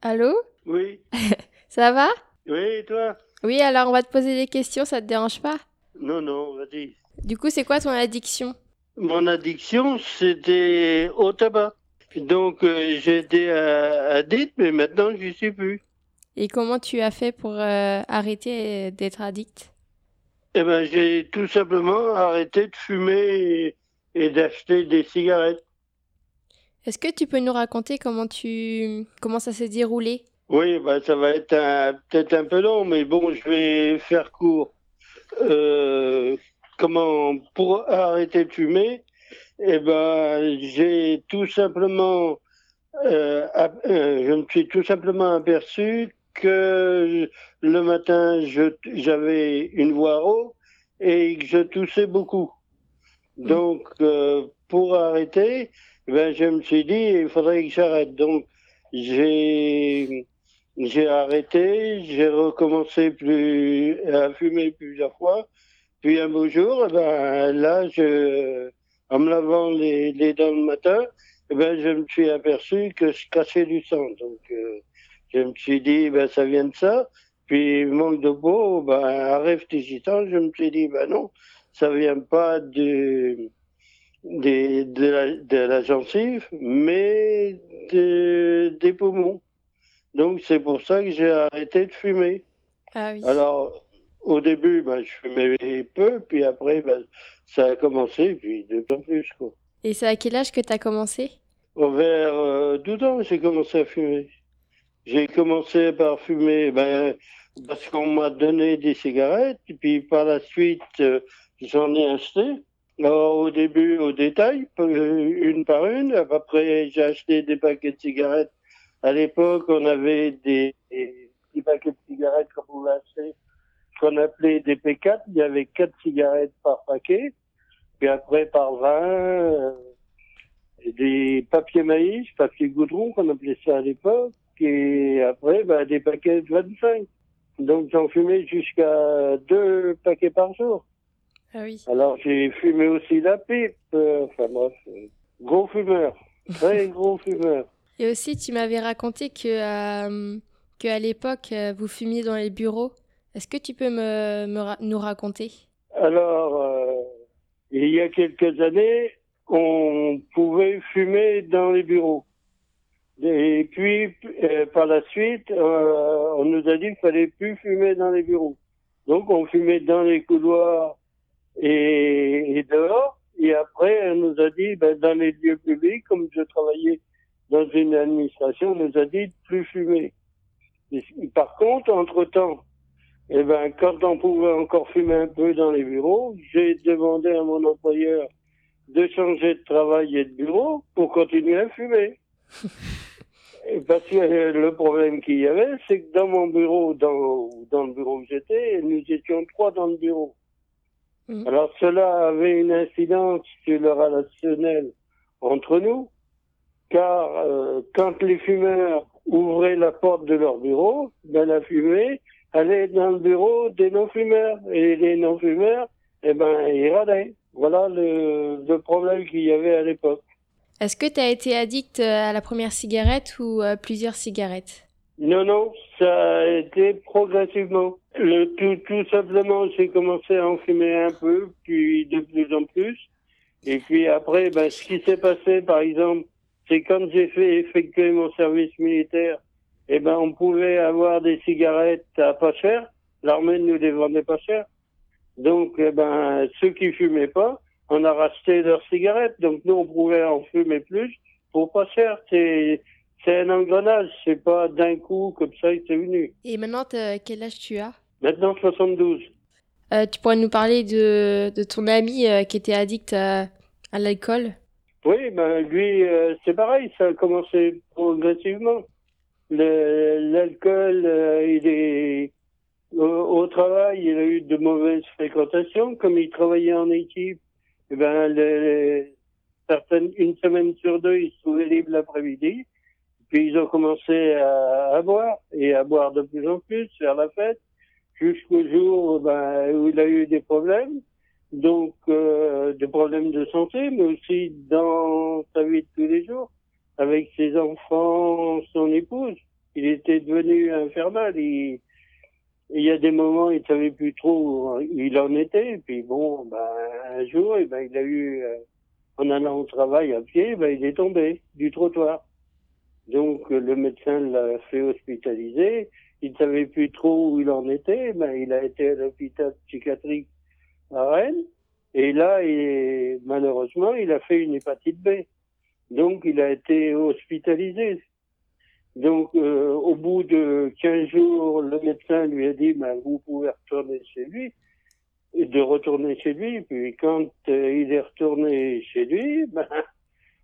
Speaker 4: Allô
Speaker 21: Oui,
Speaker 4: Ça va
Speaker 21: oui, et toi
Speaker 4: Oui, alors on va te poser des questions, ça te dérange pas
Speaker 21: Non, non, vas-y.
Speaker 4: Du coup, c'est quoi ton addiction
Speaker 21: Mon addiction, c'était au tabac. Donc, euh, j'étais euh, addict, mais maintenant, j'y suis plus.
Speaker 4: Et comment tu as fait pour euh, arrêter euh, d'être addict
Speaker 21: Eh ben, j'ai tout simplement arrêté de fumer et, et d'acheter des cigarettes.
Speaker 4: Est-ce que tu peux nous raconter comment tu comment ça s'est déroulé
Speaker 21: Oui, ben, ça va être un- peut-être un peu long, mais bon, je vais faire court. Euh, comment pour arrêter de fumer Eh ben, j'ai tout simplement, euh, ap- euh, je me suis tout simplement aperçu que le matin, je- j'avais une voix haute et que je toussais beaucoup. Donc, euh, pour arrêter, ben, je me suis dit, il faudrait que j'arrête. Donc, j'ai j'ai arrêté, j'ai recommencé plus à fumer plusieurs fois. Puis un beau jour, eh ben, là, je, en me lavant les, les dents le matin, eh ben, je me suis aperçu que je cassais du sang. Donc, euh, je me suis dit, ben, ça vient de ça. Puis, manque de peau, ben, à réfléchissant, je me suis dit, ben non, ça vient pas du,
Speaker 22: des, de, la, de la gencive, mais de- des poumons. Donc c'est pour ça que j'ai arrêté de fumer.
Speaker 4: Ah oui.
Speaker 22: Alors au début, ben, je fumais peu, puis après, ben, ça a commencé, puis de plus en plus. Quoi.
Speaker 4: Et c'est à quel âge que t'as commencé
Speaker 22: Au vers euh, 12 ans, j'ai commencé à fumer. J'ai commencé par fumer ben, parce qu'on m'a donné des cigarettes, et puis par la suite, euh, j'en ai acheté. Alors, au début, au détail, euh, une par une. Après, j'ai acheté des paquets de cigarettes. À l'époque, on avait des, des petits paquets de cigarettes qu'on pouvait acheter, qu'on appelait des P4. Il y avait quatre cigarettes par paquet. Puis après, par 20, euh, des papiers maïs, papier goudron qu'on appelait ça à l'époque, et après bah, des paquets de 25. Donc j'en fumais jusqu'à deux paquets par jour.
Speaker 4: Ah oui.
Speaker 22: Alors j'ai fumé aussi la pipe, euh, enfin bref, euh, gros fumeur, très gros fumeur.
Speaker 4: Et aussi, tu m'avais raconté que euh, que à l'époque, euh, vous fumiez dans les bureaux. Est-ce que tu peux me, me ra- nous raconter
Speaker 22: Alors, euh, il y a quelques années, on pouvait fumer dans les bureaux. Et puis, euh, par la suite, euh, on nous a dit qu'il fallait plus fumer dans les bureaux. Donc, on fumait dans les couloirs et, et dehors. Et après, on nous a dit, ben, dans les lieux publics, comme je travaillais dans une administration, on nous a dit de plus fumer. Mais par contre, entre-temps, eh ben, quand on pouvait encore fumer un peu dans les bureaux, j'ai demandé à mon employeur de changer de travail et de bureau pour continuer à fumer. Et parce que euh, le problème qu'il y avait, c'est que dans mon bureau, dans, dans le bureau où j'étais, nous étions trois dans le bureau.
Speaker 4: Mhm.
Speaker 22: Alors cela avait une incidence sur le relationnel entre nous, car euh, quand les fumeurs ouvraient la porte de leur bureau, ben, la fumée allait dans le bureau des non-fumeurs, et les non-fumeurs, eh ben, ils râlaient. Voilà le, le problème qu'il y avait à l'époque.
Speaker 4: Est-ce que t'as été addict euh, à la première cigarette ou à plusieurs cigarettes
Speaker 22: Non, non, ça a été progressivement. Le tout, tout simplement, j'ai commencé à en fumer un peu, puis de plus en plus. Et puis après, ben, ce qui s'est passé, par exemple, c'est quand j'ai fait effectuer mon service militaire, eh ben, on pouvait avoir des cigarettes à pas cher. L'armée ne nous les vendait pas cher. Donc, eh ben, ceux qui fumaient pas, on a racheté leurs cigarettes. Donc, nous, on pouvait en fumer plus pour pas cher. C'est, c'est un engrenage. C'est pas d'un coup, comme ça, il s'est venu.
Speaker 4: Et maintenant, t'as- quel âge tu as
Speaker 22: Maintenant, 72.
Speaker 4: Euh, Tu pourrais nous parler de, de ton ami euh, qui était addict à, à l'alcool
Speaker 22: Oui, ben, lui, euh, c'est pareil. Ça a commencé progressivement. Le- l'alcool, euh, il est, au, au travail, il a eu de mauvaises fréquentations. Comme il travaillait en équipe, eh ben, le- certaines, une semaine sur deux, ils se trouvaient libres l'après-midi. Puis ils ont commencé à, à boire, et à boire de plus en plus, faire la fête, jusqu'au jour ben, où il a eu des problèmes. Donc, euh, des problèmes de santé, mais aussi dans sa vie de tous les jours, avec ses enfants, son épouse. Il était devenu infernal. Il, il y a des moments, il savait plus trop où il en était. Et puis bon, ben, un jour, eh ben, il a eu, euh, en allant au travail à pied, ben, il est tombé du trottoir. Donc euh, le médecin l'a fait hospitaliser. Il savait plus trop où il en était. Ben, il a été à l'hôpital psychiatrique à Rennes. Et là, il- malheureusement, il a fait une hépatite B. Donc, il a été hospitalisé. Donc, euh, au bout de 15 jours, le médecin lui a dit, Ben, vous pouvez retourner chez lui, et de retourner chez lui. Puis, quand euh, il est retourné chez lui, ben,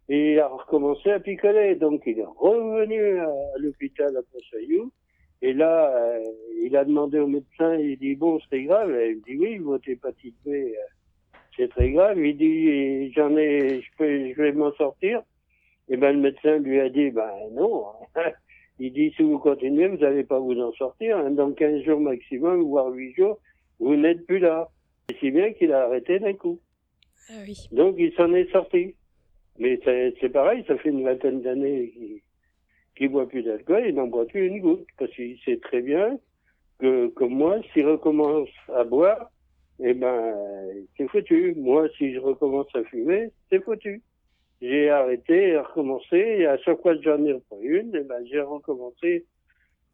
Speaker 22: il a recommencé à picoler. Donc, il est revenu à, à l'hôpital à Pontchaillou. Et là, euh, il a demandé au médecin, il dit, bon, c'est grave. Et il dit, oui, votre hépatite B, euh, c'est très grave. Il dit, j'en ai, je, peux, je vais m'en sortir. Et ben le médecin lui a dit, ben non. Il dit, si vous continuez, vous n'allez pas vous en sortir. hein. Dans 15 jours maximum, voire 8 jours, vous n'êtes plus là. Et si bien qu'il a arrêté d'un coup.
Speaker 4: Ah oui.
Speaker 22: Donc il s'en est sorti. Mais c'est c'est pareil, ça fait une vingtaine d'années qu'il qu'il boit plus d'alcool, il n'en boit plus une goutte. Parce qu'il sait très bien que, comme moi, s'il recommence à boire, eh ben, c'est foutu. Moi, si je recommence à fumer, c'est foutu. J'ai arrêté et recommencé, et à chaque fois que j'en ai repris une, eh ben, j'ai recommencé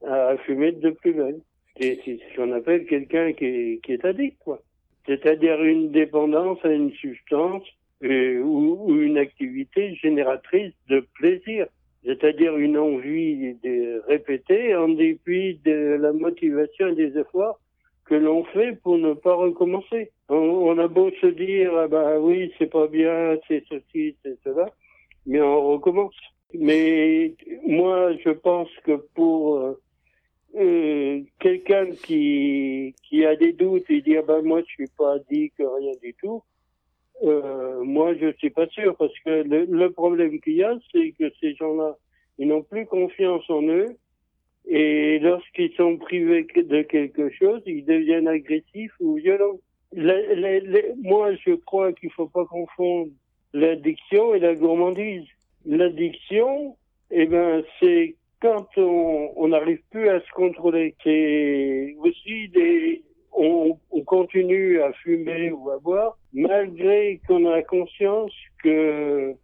Speaker 22: à fumer de plus belle. C'est c'est ce qu'on appelle quelqu'un qui est, qui est addict, quoi. C'est-à-dire une dépendance à une substance euh, ou, ou une activité génératrice de plaisir. C'est-à-dire une envie de répéter en dépit de la motivation et des efforts que l'on fait pour ne pas recommencer. On, on a beau se dire, ah bah oui, c'est pas bien, c'est ceci, c'est cela, mais on recommence. Mais moi, je pense que pour euh, euh, quelqu'un qui, qui a des doutes et dit, ah bah moi, je suis pas dit que rien du tout, euh, moi, je suis pas sûr parce que le, le problème qu'il y a, c'est que ces gens-là, ils n'ont plus confiance en eux et lorsqu'ils sont privés que- de quelque chose, ils deviennent agressifs ou violents. Les- les- les- moi, je crois qu'il faut pas confondre l'addiction et la gourmandise. L'addiction, eh ben, c'est quand on on n'arrive plus à se contrôler. C'est aussi des, on, on continue à fumer ou à boire, malgré qu'on a conscience que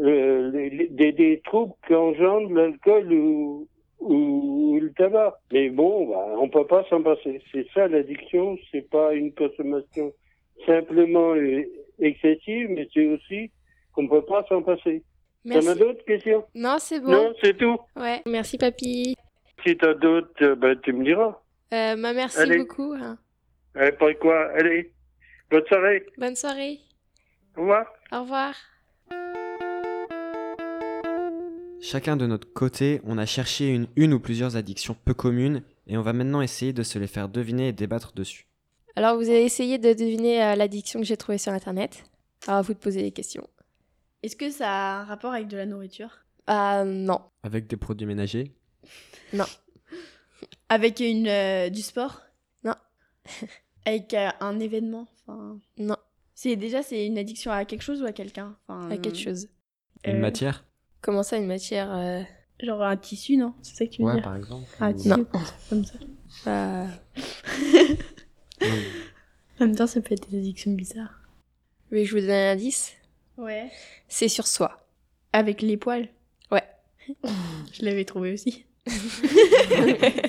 Speaker 22: euh, les- les- des, des troubles qu'engendre l'alcool ou, ou, le tabac. Mais bon, bah, on peut pas s'en passer. C'est ça l'addiction, c'est pas une consommation simplement euh, excessive, mais c'est aussi qu'on peut pas s'en passer. T'en as
Speaker 4: Merci.
Speaker 22: d'autres questions
Speaker 4: Non, c'est bon.
Speaker 22: Non, c'est tout.
Speaker 4: Ouais. Merci, papy.
Speaker 22: Si t'as d'autres, euh, bah, tu me diras.
Speaker 4: Euh, bah, merci
Speaker 22: Allez.
Speaker 4: beaucoup. hein.
Speaker 22: Après quoi, allez, bonne soirée.
Speaker 4: Bonne soirée.
Speaker 22: Au revoir.
Speaker 4: Au revoir.
Speaker 2: Chacun de notre côté, on a cherché une, une ou plusieurs addictions peu communes et on va maintenant essayer de se les faire deviner et débattre dessus.
Speaker 4: Alors, vous avez essayé de deviner euh, l'addiction que j'ai trouvée sur Internet. Alors, à vous de poser les questions.
Speaker 1: Est-ce que ça a un rapport avec de la nourriture
Speaker 4: Ah, non.
Speaker 2: Avec des produits ménagers
Speaker 4: Non.
Speaker 1: Avec une, euh, du sport
Speaker 4: Non.
Speaker 1: avec euh, un événement enfin...
Speaker 4: Non.
Speaker 1: C'est déjà c'est une addiction à quelque chose ou à quelqu'un enfin, euh,
Speaker 4: À quelque chose.
Speaker 2: Une matière
Speaker 4: Comment ça, une matière euh,
Speaker 1: Genre un tissu, non C'est ça que tu veux
Speaker 2: Ouais,
Speaker 1: dire
Speaker 2: par exemple.
Speaker 1: Un tissu,
Speaker 4: Non.
Speaker 1: comme ça.
Speaker 4: bah,
Speaker 1: En même temps, ça peut être des addictions bizarres.
Speaker 4: Oui, je vous donne un indice.
Speaker 1: Ouais.
Speaker 4: C'est sur soi.
Speaker 1: Avec les poils
Speaker 4: Ouais.
Speaker 1: Je l'avais trouvé aussi.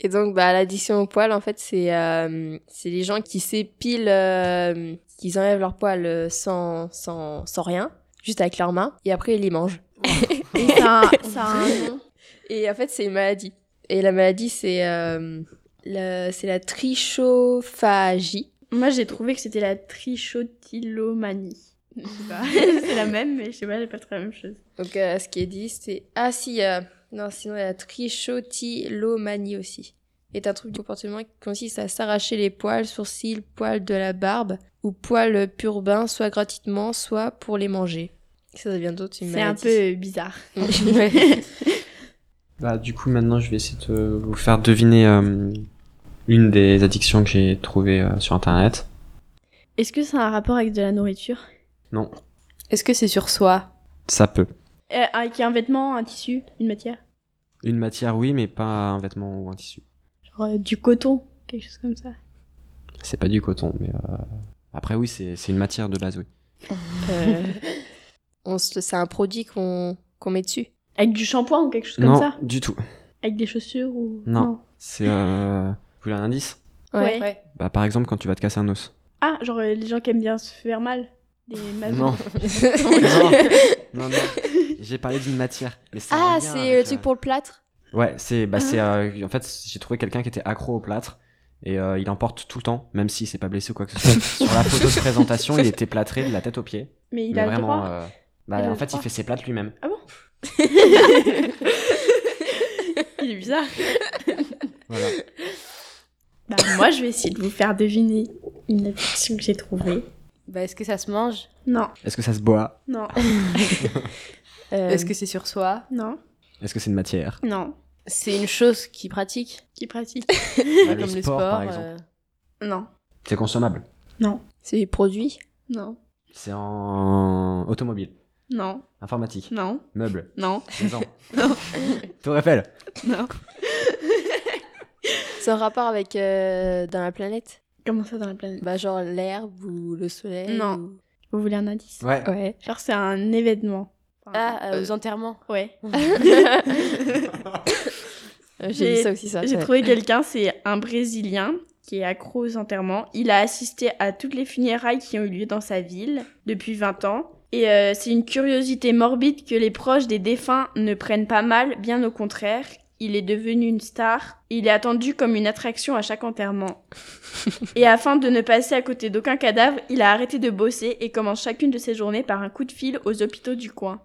Speaker 4: Et donc, bah, l'addiction aux poils, en fait, c'est euh, c'est les gens qui s'épilent, euh, qu'ils enlèvent leurs poils euh, sans, sans, sans rien, juste avec leurs mains, et après ils les mangent.
Speaker 1: Et ça, a- ça a un nom.
Speaker 4: Et en fait, c'est une maladie. Et la maladie, c'est euh, la, c'est la trichophagie.
Speaker 1: Moi, j'ai trouvé que c'était la trichotillomanie. Je sais pas. c'est la même, mais je sais pas, j'ai pas trouvé la même chose.
Speaker 4: Donc, euh, ce qui est dit, c'est. Ah, si, euh, non, sinon, il y a la trichotillomanie aussi. Est un trouble du comportement qui consiste à s'arracher les poils, sourcils, poils de la barbe ou poils purbains, soit gratuitement, soit pour les manger. Ça devient d'autres une
Speaker 1: C'est un
Speaker 4: maladie.
Speaker 1: peu bizarre.
Speaker 4: Ouais.
Speaker 2: Bah, du coup, maintenant, je vais essayer de vous faire deviner euh, une des addictions que j'ai trouvées euh, sur internet.
Speaker 1: Est-ce que ça a un rapport avec de la nourriture
Speaker 2: Non,
Speaker 4: Est-ce que c'est sur soi
Speaker 2: ça peut.
Speaker 1: Euh, Avec un vêtement, un tissu, une matière
Speaker 2: Une matière, oui, mais pas un vêtement ou un tissu.
Speaker 1: Genre euh, du coton, quelque chose comme ça.
Speaker 2: C'est pas du coton, mais. euh, Après, oui, c'est c'est une matière de base, oui.
Speaker 4: Euh, on se- c'est un produit qu'on qu'on met dessus.
Speaker 1: Avec du shampoing ou quelque chose comme
Speaker 2: non,
Speaker 1: ça
Speaker 2: du tout.
Speaker 1: Avec des chaussures ou.
Speaker 2: Non. C'est. Euh... Vous voulez un indice
Speaker 1: Ouais.
Speaker 2: Bah, par exemple, quand tu vas te casser un os.
Speaker 1: Ah, genre euh, les gens qui aiment bien se faire mal. Des masques.
Speaker 2: Non. non, non, non. J'ai parlé d'une matière. Mais ça a
Speaker 4: Ah,
Speaker 2: rien
Speaker 4: c'est
Speaker 2: avec,
Speaker 4: le
Speaker 2: euh,
Speaker 4: truc pour le plâtre
Speaker 2: Ouais, c'est bah
Speaker 4: Ah.
Speaker 2: c'est euh, en fait j'ai trouvé quelqu'un qui était accro au plâtre et euh, il en porte tout le temps, même s'il s'est pas blessé ou quoi que ce soit. Sur la photo de présentation, il était plâtré de la tête aux pieds.
Speaker 1: Mais il a le
Speaker 2: vraiment,
Speaker 1: droit.
Speaker 2: euh, bah,
Speaker 1: Il a
Speaker 2: en
Speaker 1: le
Speaker 2: fait,
Speaker 1: droit.
Speaker 2: il fait ses plates lui-même.
Speaker 1: Ah bon Il est bizarre.
Speaker 2: Voilà.
Speaker 1: Bah, moi, je vais essayer de vous faire deviner une addiction que j'ai trouvée.
Speaker 13: Bah, est-ce que ça se mange
Speaker 1: Non,
Speaker 2: Est-ce que ça se boit
Speaker 1: non.
Speaker 13: Est-ce que c'est sur soi
Speaker 1: Non.
Speaker 2: Est-ce que c'est une matière
Speaker 1: Non.
Speaker 13: C'est une chose qui pratique
Speaker 1: Qui pratique
Speaker 2: Bah, le
Speaker 13: Comme le sport.
Speaker 2: sport, par exemple.
Speaker 1: Non.
Speaker 2: C'est consommable.
Speaker 1: Non.
Speaker 4: C'est des produits
Speaker 1: Non.
Speaker 2: C'est en automobile,
Speaker 1: Non.
Speaker 2: informatique,
Speaker 1: Non.
Speaker 2: meuble,
Speaker 1: Non.
Speaker 2: maison,
Speaker 1: Non.
Speaker 2: tour Eiffel.
Speaker 1: Non.
Speaker 4: C'est un rapport avec euh, dans la planète
Speaker 1: Comment ça dans la planète
Speaker 4: Bah, genre l'herbe ou le soleil
Speaker 1: Non.
Speaker 4: ou-
Speaker 1: Vous voulez un indice
Speaker 4: Ouais. Ouais.
Speaker 1: Genre, c'est un événement.
Speaker 4: Ah, euh, aux enterrements
Speaker 1: Ouais.
Speaker 4: J'ai lu ça aussi, ça.
Speaker 1: J'ai
Speaker 4: ouais.
Speaker 1: trouvé quelqu'un, c'est un Brésilien qui est accro aux enterrements. Il a assisté à toutes les funérailles qui ont eu lieu dans sa ville depuis 20 ans. Et euh, c'est une curiosité morbide que les proches des défunts ne prennent pas mal, bien au contraire. Il est devenu une star. Il est attendu comme une attraction à chaque enterrement. et afin de ne passer à côté d'aucun cadavre, il a arrêté de bosser et commence chacune de ses journées par un coup de fil aux hôpitaux du coin.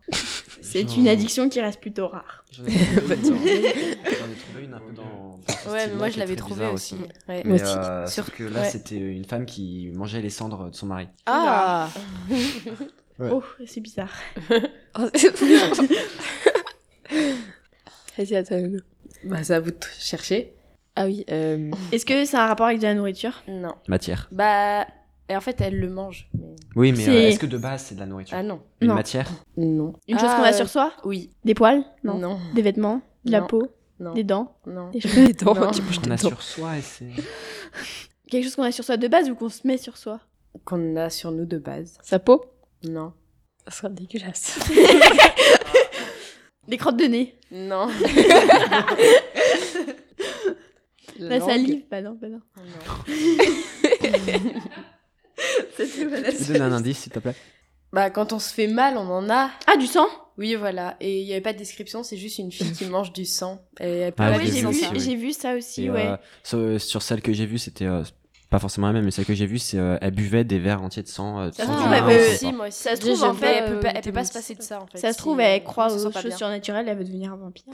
Speaker 1: C'est
Speaker 2: Genre-
Speaker 1: une addiction qui reste plutôt rare.
Speaker 2: J'en ai trouvé une, J'en ai trouvé une un peu dans. dans ce
Speaker 4: Ouais, mais
Speaker 2: style-là,
Speaker 4: moi, je
Speaker 2: qui est très
Speaker 4: l'avais trouvée
Speaker 2: bizarre
Speaker 4: aussi. Ouais. Moi
Speaker 2: Mais
Speaker 4: aussi.
Speaker 2: euh,
Speaker 4: Sur-
Speaker 2: sauf que là,
Speaker 4: ouais.
Speaker 2: c'était une femme qui mangeait les cendres de son mari.
Speaker 4: Ah
Speaker 2: Ouais.
Speaker 1: Oh, c'est bizarre.
Speaker 4: Oh, c'est- Vas-y, attends.
Speaker 3: Bah, c'est à vous de chercher.
Speaker 4: Ah oui. euh,
Speaker 1: Est-ce que ça a un rapport avec de la nourriture
Speaker 4: Non.
Speaker 2: Matière.
Speaker 4: Bah, et en fait, elle le mange.
Speaker 2: Oui, mais euh,
Speaker 1: C'est-
Speaker 2: est-ce que de base, c'est de la nourriture
Speaker 4: Ah non.
Speaker 2: Une
Speaker 4: Non.
Speaker 2: matière
Speaker 4: Non.
Speaker 1: Une chose
Speaker 4: Ah,
Speaker 1: qu'on a
Speaker 4: euh,
Speaker 1: sur soi
Speaker 4: Oui.
Speaker 1: Des poils non.
Speaker 4: Non.
Speaker 1: Des vêtements De la
Speaker 4: Non.
Speaker 1: peau
Speaker 4: Non.
Speaker 1: Des dents
Speaker 4: Non.
Speaker 1: Des cheveux
Speaker 4: Des dents,
Speaker 1: Non.
Speaker 4: tu manges
Speaker 2: Qu'on
Speaker 4: des
Speaker 2: a
Speaker 4: dents.
Speaker 2: sur soi et c'est.
Speaker 1: Quelque chose qu'on a sur soi de base ou qu'on se met sur soi
Speaker 3: Qu'on a sur nous de base.
Speaker 4: Sa peau
Speaker 3: Non.
Speaker 4: Ça sera dégueulasse.
Speaker 1: Des crottes de nez
Speaker 3: Non.
Speaker 1: La,
Speaker 4: langue.
Speaker 1: salive Bah non, bah non. C'était pas la
Speaker 2: Tu peux donner un indice, s'il te plaît
Speaker 3: Bah, quand on se fait mal, on en a.
Speaker 1: Ah, du sang
Speaker 3: Oui, voilà. Et il n'y avait pas de description, c'est juste une fille qui mange du sang. Et elle peut
Speaker 2: Ah,
Speaker 3: pas
Speaker 2: je
Speaker 3: de
Speaker 2: l'ai vu
Speaker 3: sang,
Speaker 2: aussi,
Speaker 3: ça.
Speaker 2: oui.
Speaker 1: J'ai vu ça aussi,
Speaker 2: Et,
Speaker 1: ouais.
Speaker 2: euh, sur, sur celle que j'ai vue, c'était euh, pas forcément la même, mais celle que j'ai vue, c'est euh, elle buvait des verres entiers de sang. euh, de
Speaker 1: Ça se
Speaker 2: sang
Speaker 1: trouve,
Speaker 2: humain,
Speaker 1: elle
Speaker 2: on
Speaker 1: peut-
Speaker 2: sait
Speaker 1: si,
Speaker 2: pas.
Speaker 1: moi aussi.
Speaker 3: Ça se
Speaker 1: Déjà,
Speaker 3: trouve, en
Speaker 1: j'ai
Speaker 3: fait,
Speaker 1: pas,
Speaker 3: elle peut
Speaker 1: euh,
Speaker 3: pas, elle peut pas
Speaker 1: été
Speaker 3: se passer de ça, en fait.
Speaker 1: ça se
Speaker 3: si,
Speaker 1: trouve,
Speaker 3: euh,
Speaker 1: elle croit
Speaker 3: on se
Speaker 1: aux
Speaker 3: sent pas
Speaker 1: choses
Speaker 3: bien.
Speaker 1: surnaturelles, elle veut devenir un vampire.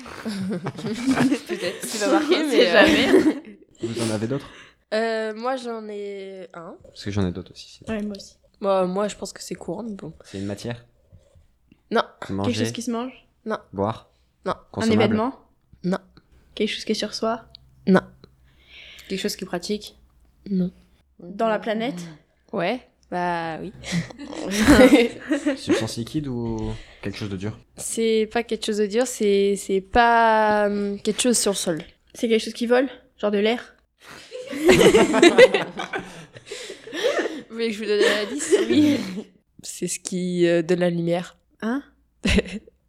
Speaker 3: Peut-être, c'est pas marqué,
Speaker 1: On
Speaker 3: mais.
Speaker 1: sait jamais.
Speaker 2: Vous en avez d'autres
Speaker 4: Euh, moi, j'en ai un.
Speaker 2: Parce que j'en ai d'autres aussi. c'est-
Speaker 1: Ouais, moi aussi.
Speaker 4: Bah, moi, je pense que c'est courant, mais bon.
Speaker 2: C'est une matière
Speaker 4: Non.
Speaker 2: Manger,
Speaker 1: Quelque chose qui se mange
Speaker 4: Non.
Speaker 2: boire,
Speaker 4: Non.
Speaker 1: Un
Speaker 2: consommable.
Speaker 1: événement
Speaker 4: Non.
Speaker 1: Quelque chose qui est sur soi
Speaker 3: Quelque chose qui pratique Mm.
Speaker 4: Non.
Speaker 1: Dans la planète
Speaker 4: Ouais, bah oui.
Speaker 2: Substance liquide ou quelque chose de dur
Speaker 4: c'est pas quelque chose de dur, c'est c'est pas hum, quelque chose sur le sol.
Speaker 1: C'est quelque chose qui vole Genre de l'air
Speaker 4: Vous voulez que je vous donne la 10 Oui. c'est ce qui euh, donne la lumière.
Speaker 1: Hein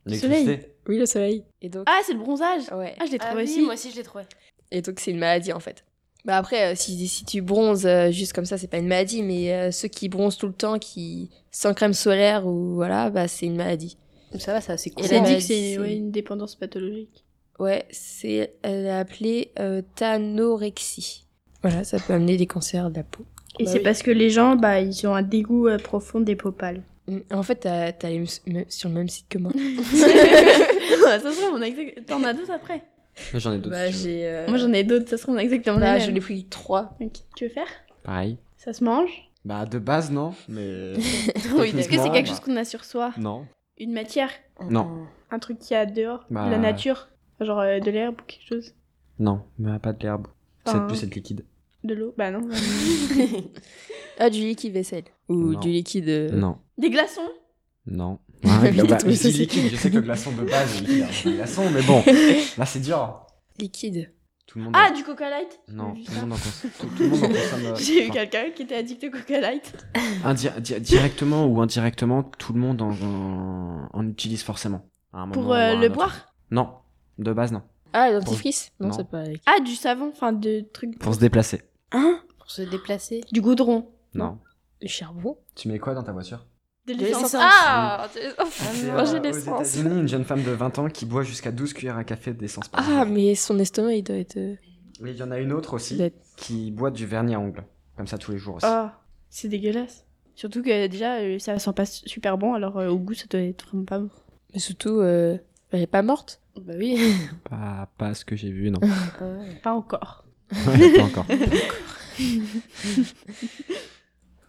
Speaker 2: L'électricité
Speaker 4: Oui, le soleil. Et donc,
Speaker 1: Ah, c'est le bronzage
Speaker 4: ouais.
Speaker 1: Ah, je l'ai
Speaker 3: Ah
Speaker 1: trouvé
Speaker 3: oui,
Speaker 1: aussi.
Speaker 3: moi aussi, je l'ai trouvé.
Speaker 4: Et donc c'est une maladie en fait. Bah après, euh, si, si tu bronzes euh, juste comme ça, c'est pas une maladie, mais euh, ceux qui bronzent tout le temps, qui sans crème solaire ou voilà, bah c'est une maladie.
Speaker 3: Ça va, ça, c'est cool.
Speaker 4: Et
Speaker 1: Elle a
Speaker 4: la
Speaker 1: dit que
Speaker 4: maladie,
Speaker 1: c'est
Speaker 4: c'est-
Speaker 1: ouais, une dépendance pathologique.
Speaker 4: Ouais, c'est elle est appelée euh, tanorexie. Voilà, ça peut amener des cancers de la peau.
Speaker 1: Et
Speaker 4: Bah
Speaker 1: c'est
Speaker 4: oui.
Speaker 1: parce que les gens, bah, ils ont un dégoût euh, profond des peaux pâles.
Speaker 4: Mm, En fait, t'as t'as les m- sur le même site que moi.
Speaker 1: ça se trouve, on a exact- T'en as d'autres après
Speaker 2: Moi, J'en ai d'autres. si tu veux.
Speaker 4: Bah, j'ai.
Speaker 1: Moi j'en ai d'autres, ça se trouve, on a exactement
Speaker 4: Là,
Speaker 1: les
Speaker 4: je
Speaker 1: mêmes.
Speaker 4: l'ai pris trois.
Speaker 1: Ok, Tu veux faire
Speaker 2: Pareil.
Speaker 1: Bah, Ça se mange
Speaker 2: Bah, de base, non, mais.
Speaker 1: Oui, est-ce que c'est
Speaker 2: techniquement,
Speaker 1: quelque
Speaker 2: bah,
Speaker 1: chose qu'on a sur soi
Speaker 2: Non.
Speaker 1: Une matière
Speaker 4: Euh,
Speaker 2: Non.
Speaker 1: Un truc qu'il y a dehors
Speaker 2: Bah,
Speaker 1: La nature Genre euh, de l'herbe ou quelque chose
Speaker 2: Non, mais pas de l'herbe.
Speaker 1: Enfin,
Speaker 2: C'est plus être liquide.
Speaker 1: De l'eau Bah non.
Speaker 4: Ah, du liquide vaisselle. Ou
Speaker 2: Non.
Speaker 4: du liquide. euh,
Speaker 2: Non.
Speaker 1: Des glaçons
Speaker 2: Non.
Speaker 4: Ouais, j'ai
Speaker 2: Bah,
Speaker 4: trouvé
Speaker 2: je dis
Speaker 4: ça,
Speaker 2: liquide,
Speaker 4: c'est-
Speaker 2: je sais que le glaçon de base, il y a un glaçon, mais bon, là c'est dur. hein.
Speaker 4: Liquide.
Speaker 2: Tout le monde.
Speaker 1: Ah, du Coca Light
Speaker 2: Non,
Speaker 1: J'ai vu
Speaker 2: tout le
Speaker 1: ça.
Speaker 2: monde en consomme. Tout, tout le monde en consomme, euh,
Speaker 1: J'ai eu
Speaker 2: enfin,
Speaker 1: quelqu'un qui était addict au Coca Light.
Speaker 2: indi- di- directement ou indirectement, tout le monde en, en, en utilise forcément. à un moment
Speaker 1: Pour
Speaker 2: ou à
Speaker 1: euh,
Speaker 2: un
Speaker 1: le
Speaker 2: autre.
Speaker 1: boire
Speaker 2: Non, de base non.
Speaker 4: Ah, dentifrice Non,
Speaker 2: Non.
Speaker 4: c'est pas. liquide.
Speaker 1: Ah, du savon, enfin de trucs.
Speaker 2: Pour se déplacer.
Speaker 1: Hein
Speaker 3: Pour se déplacer.
Speaker 1: Du goudron.
Speaker 2: Non.
Speaker 4: Du charbon.
Speaker 2: Tu mets quoi dans ta voiture
Speaker 1: De
Speaker 4: De l'essence.
Speaker 1: l'essence.
Speaker 4: Ah, de
Speaker 2: C'est,
Speaker 4: l'essence.
Speaker 2: euh,
Speaker 4: Manger
Speaker 2: aux
Speaker 4: de l'essence.
Speaker 2: États-Unis, une jeune femme de 20 ans qui boit jusqu'à 12 cuillères à café d'essence par jour.
Speaker 4: Ah, mais son estomac, il doit être. euh,
Speaker 2: Mais il y en a une autre aussi
Speaker 4: Peut-être.
Speaker 2: qui boit du vernis à ongles, comme ça tous les jours aussi.
Speaker 1: Ah, c'est dégueulasse. Surtout que déjà, euh, ça sent pas super bon, alors euh, au goût, ça doit être vraiment pas bon.
Speaker 4: Mais surtout, euh, elle est pas morte.
Speaker 3: Bah oui.
Speaker 2: Pas, pas ce que j'ai vu, non.
Speaker 1: Euh, Pas encore.
Speaker 2: Ouais, pas encore.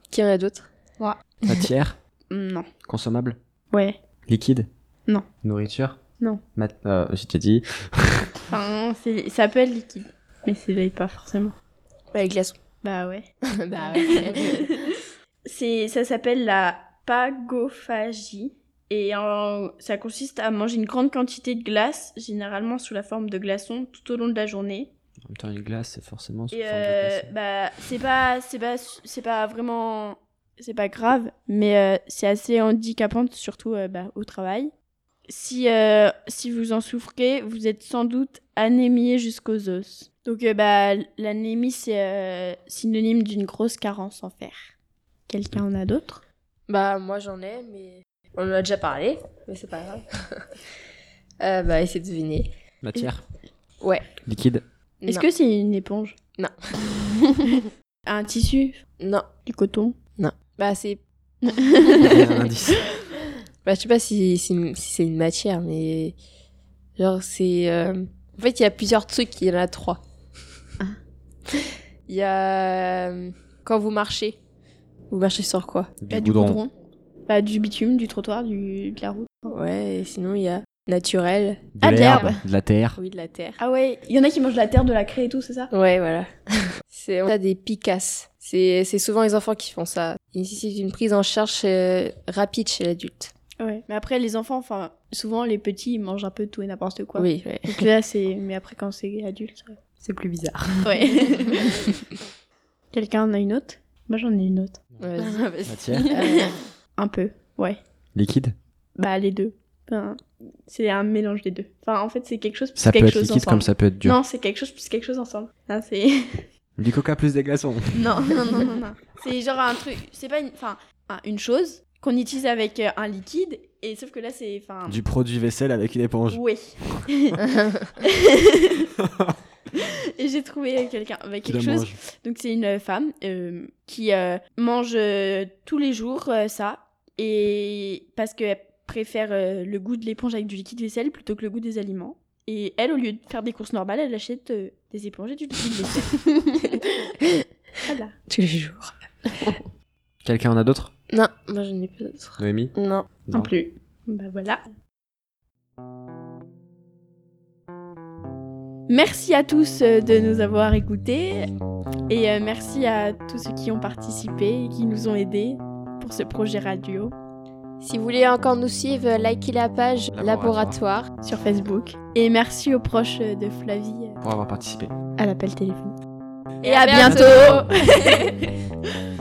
Speaker 4: Qui en a d'autres
Speaker 1: Moi.
Speaker 2: Matière,
Speaker 1: Non.
Speaker 2: consommable,
Speaker 1: Ouais.
Speaker 2: liquide
Speaker 1: Non.
Speaker 2: Nourriture
Speaker 1: Non.
Speaker 2: Mat euh, je t'ai dit.
Speaker 1: Enfin, c'est- ça peut être liquide, mais c'est l'œil pas forcément.
Speaker 4: Ouais, les glaçons.
Speaker 1: Bah ouais.
Speaker 4: bah ouais.
Speaker 1: C'est, ça s'appelle la pagophagie. Et en- ça consiste à manger une grande quantité de glace, généralement sous la forme de glaçons, tout au long de la journée.
Speaker 2: même temps, une glace, c'est forcément sous
Speaker 1: Et
Speaker 2: forme de
Speaker 1: euh,
Speaker 2: glace.
Speaker 1: bah, c'est pas, c'est pas, c'est pas vraiment, c'est pas grave, mais euh, c'est assez handicapante, surtout euh, bah, au travail. Si, euh, si vous en souffrez, vous êtes sans doute anémié jusqu'aux os. Donc, euh, bah, l'anémie, c'est euh, synonyme d'une grosse carence en fer. Quelqu'un en a d'autres
Speaker 4: Bah, moi j'en ai, mais. On en a déjà parlé, mais c'est pas grave. Euh, bah, essayez de deviner.
Speaker 2: Matière.
Speaker 4: Ouais.
Speaker 2: Liquide.
Speaker 1: Est-ce
Speaker 4: Non.
Speaker 1: que c'est une éponge
Speaker 4: Non.
Speaker 1: Un tissu
Speaker 4: Non.
Speaker 1: Du coton
Speaker 4: Non. Bah, c'est.
Speaker 2: un indice.
Speaker 4: Bah, je sais pas si, si- si c'est une matière, mais. Genre, c'est. euh, En fait, il y a plusieurs trucs, il y en a trois. Il y a. euh, Quand vous marchez, vous marchez sur quoi
Speaker 1: Bah, du goudron. Bah, du bitume, du trottoir, du, de la route.
Speaker 4: Ouais, et sinon, il y a naturel.
Speaker 1: De Ah, de l'herbe. l'herbe.
Speaker 2: De la terre.
Speaker 4: Oui, de la terre.
Speaker 1: Ah ouais, il y en a qui mangent de la terre, de la craie et tout, c'est ça
Speaker 4: Ouais, voilà. c'est on a des picasses. C'est c'est souvent les enfants qui font ça. Ils nécessitent une prise en charge euh, rapide chez l'adulte.
Speaker 1: Ouais. Mais après, les enfants, enfin, souvent les petits, ils mangent un peu tout et n'importe quoi.
Speaker 4: Oui, ouais.
Speaker 1: Donc là, c'est. Mais après, quand c'est adulte, ouais.
Speaker 4: C'est plus bizarre.
Speaker 1: Ouais. Quelqu'un en a une autre Moi, j'en ai une autre.
Speaker 4: Ouais, Ah, vas-y.
Speaker 2: Matière.
Speaker 1: Euh, un peu, ouais.
Speaker 2: Liquide.
Speaker 1: Bah, les deux. Enfin, c'est un mélange des deux. Enfin, en fait, c'est quelque chose plus
Speaker 2: Ça peut
Speaker 1: quelque
Speaker 2: être
Speaker 1: chose
Speaker 2: liquide
Speaker 1: ensemble.
Speaker 2: comme ça peut être dur.
Speaker 1: Non, c'est quelque chose plus quelque chose ensemble. Ah, c'est.
Speaker 2: Du coca plus des glaçons.
Speaker 1: Non, non, non, non, non. C'est genre un truc, c'est pas une, enfin, un- une chose qu'on utilise avec euh, un liquide, et sauf que là, c'est, enfin.
Speaker 2: Du produit vaisselle avec une éponge.
Speaker 1: Oui. et j'ai trouvé euh, quelqu'un avec
Speaker 2: Qui
Speaker 1: quelque
Speaker 2: la
Speaker 1: chose.
Speaker 2: mange.
Speaker 1: Donc c'est une femme euh, qui euh, mange euh, tous les jours euh, ça, et parce qu'elle préfère euh, le goût de l'éponge avec du liquide vaisselle plutôt que le goût des aliments. Et elle, au lieu de faire des courses normales, elle achète euh, des éponges et du liquide vaisselle. voilà.
Speaker 4: Tous les jours.
Speaker 2: Quelqu'un en a d'autres
Speaker 4: Non, moi je n'ai pas d'autres.
Speaker 2: Noémie
Speaker 4: Non.
Speaker 2: Non.
Speaker 4: Euh.
Speaker 1: plus. Bah voilà. Merci à tous euh, de nous avoir écoutés et euh, merci à tous ceux qui ont participé et qui nous ont aidés pour ce projet radio
Speaker 4: Si vous voulez encore nous suivre, euh, likez la page
Speaker 2: Laboratoire.
Speaker 4: Laboratoire.
Speaker 1: sur Facebook. Et merci aux proches euh, de Flavie euh,
Speaker 2: Pour avoir participé.
Speaker 1: à l'appel téléphonique.
Speaker 4: Et
Speaker 1: à
Speaker 4: à
Speaker 1: bientôt
Speaker 4: bientôt.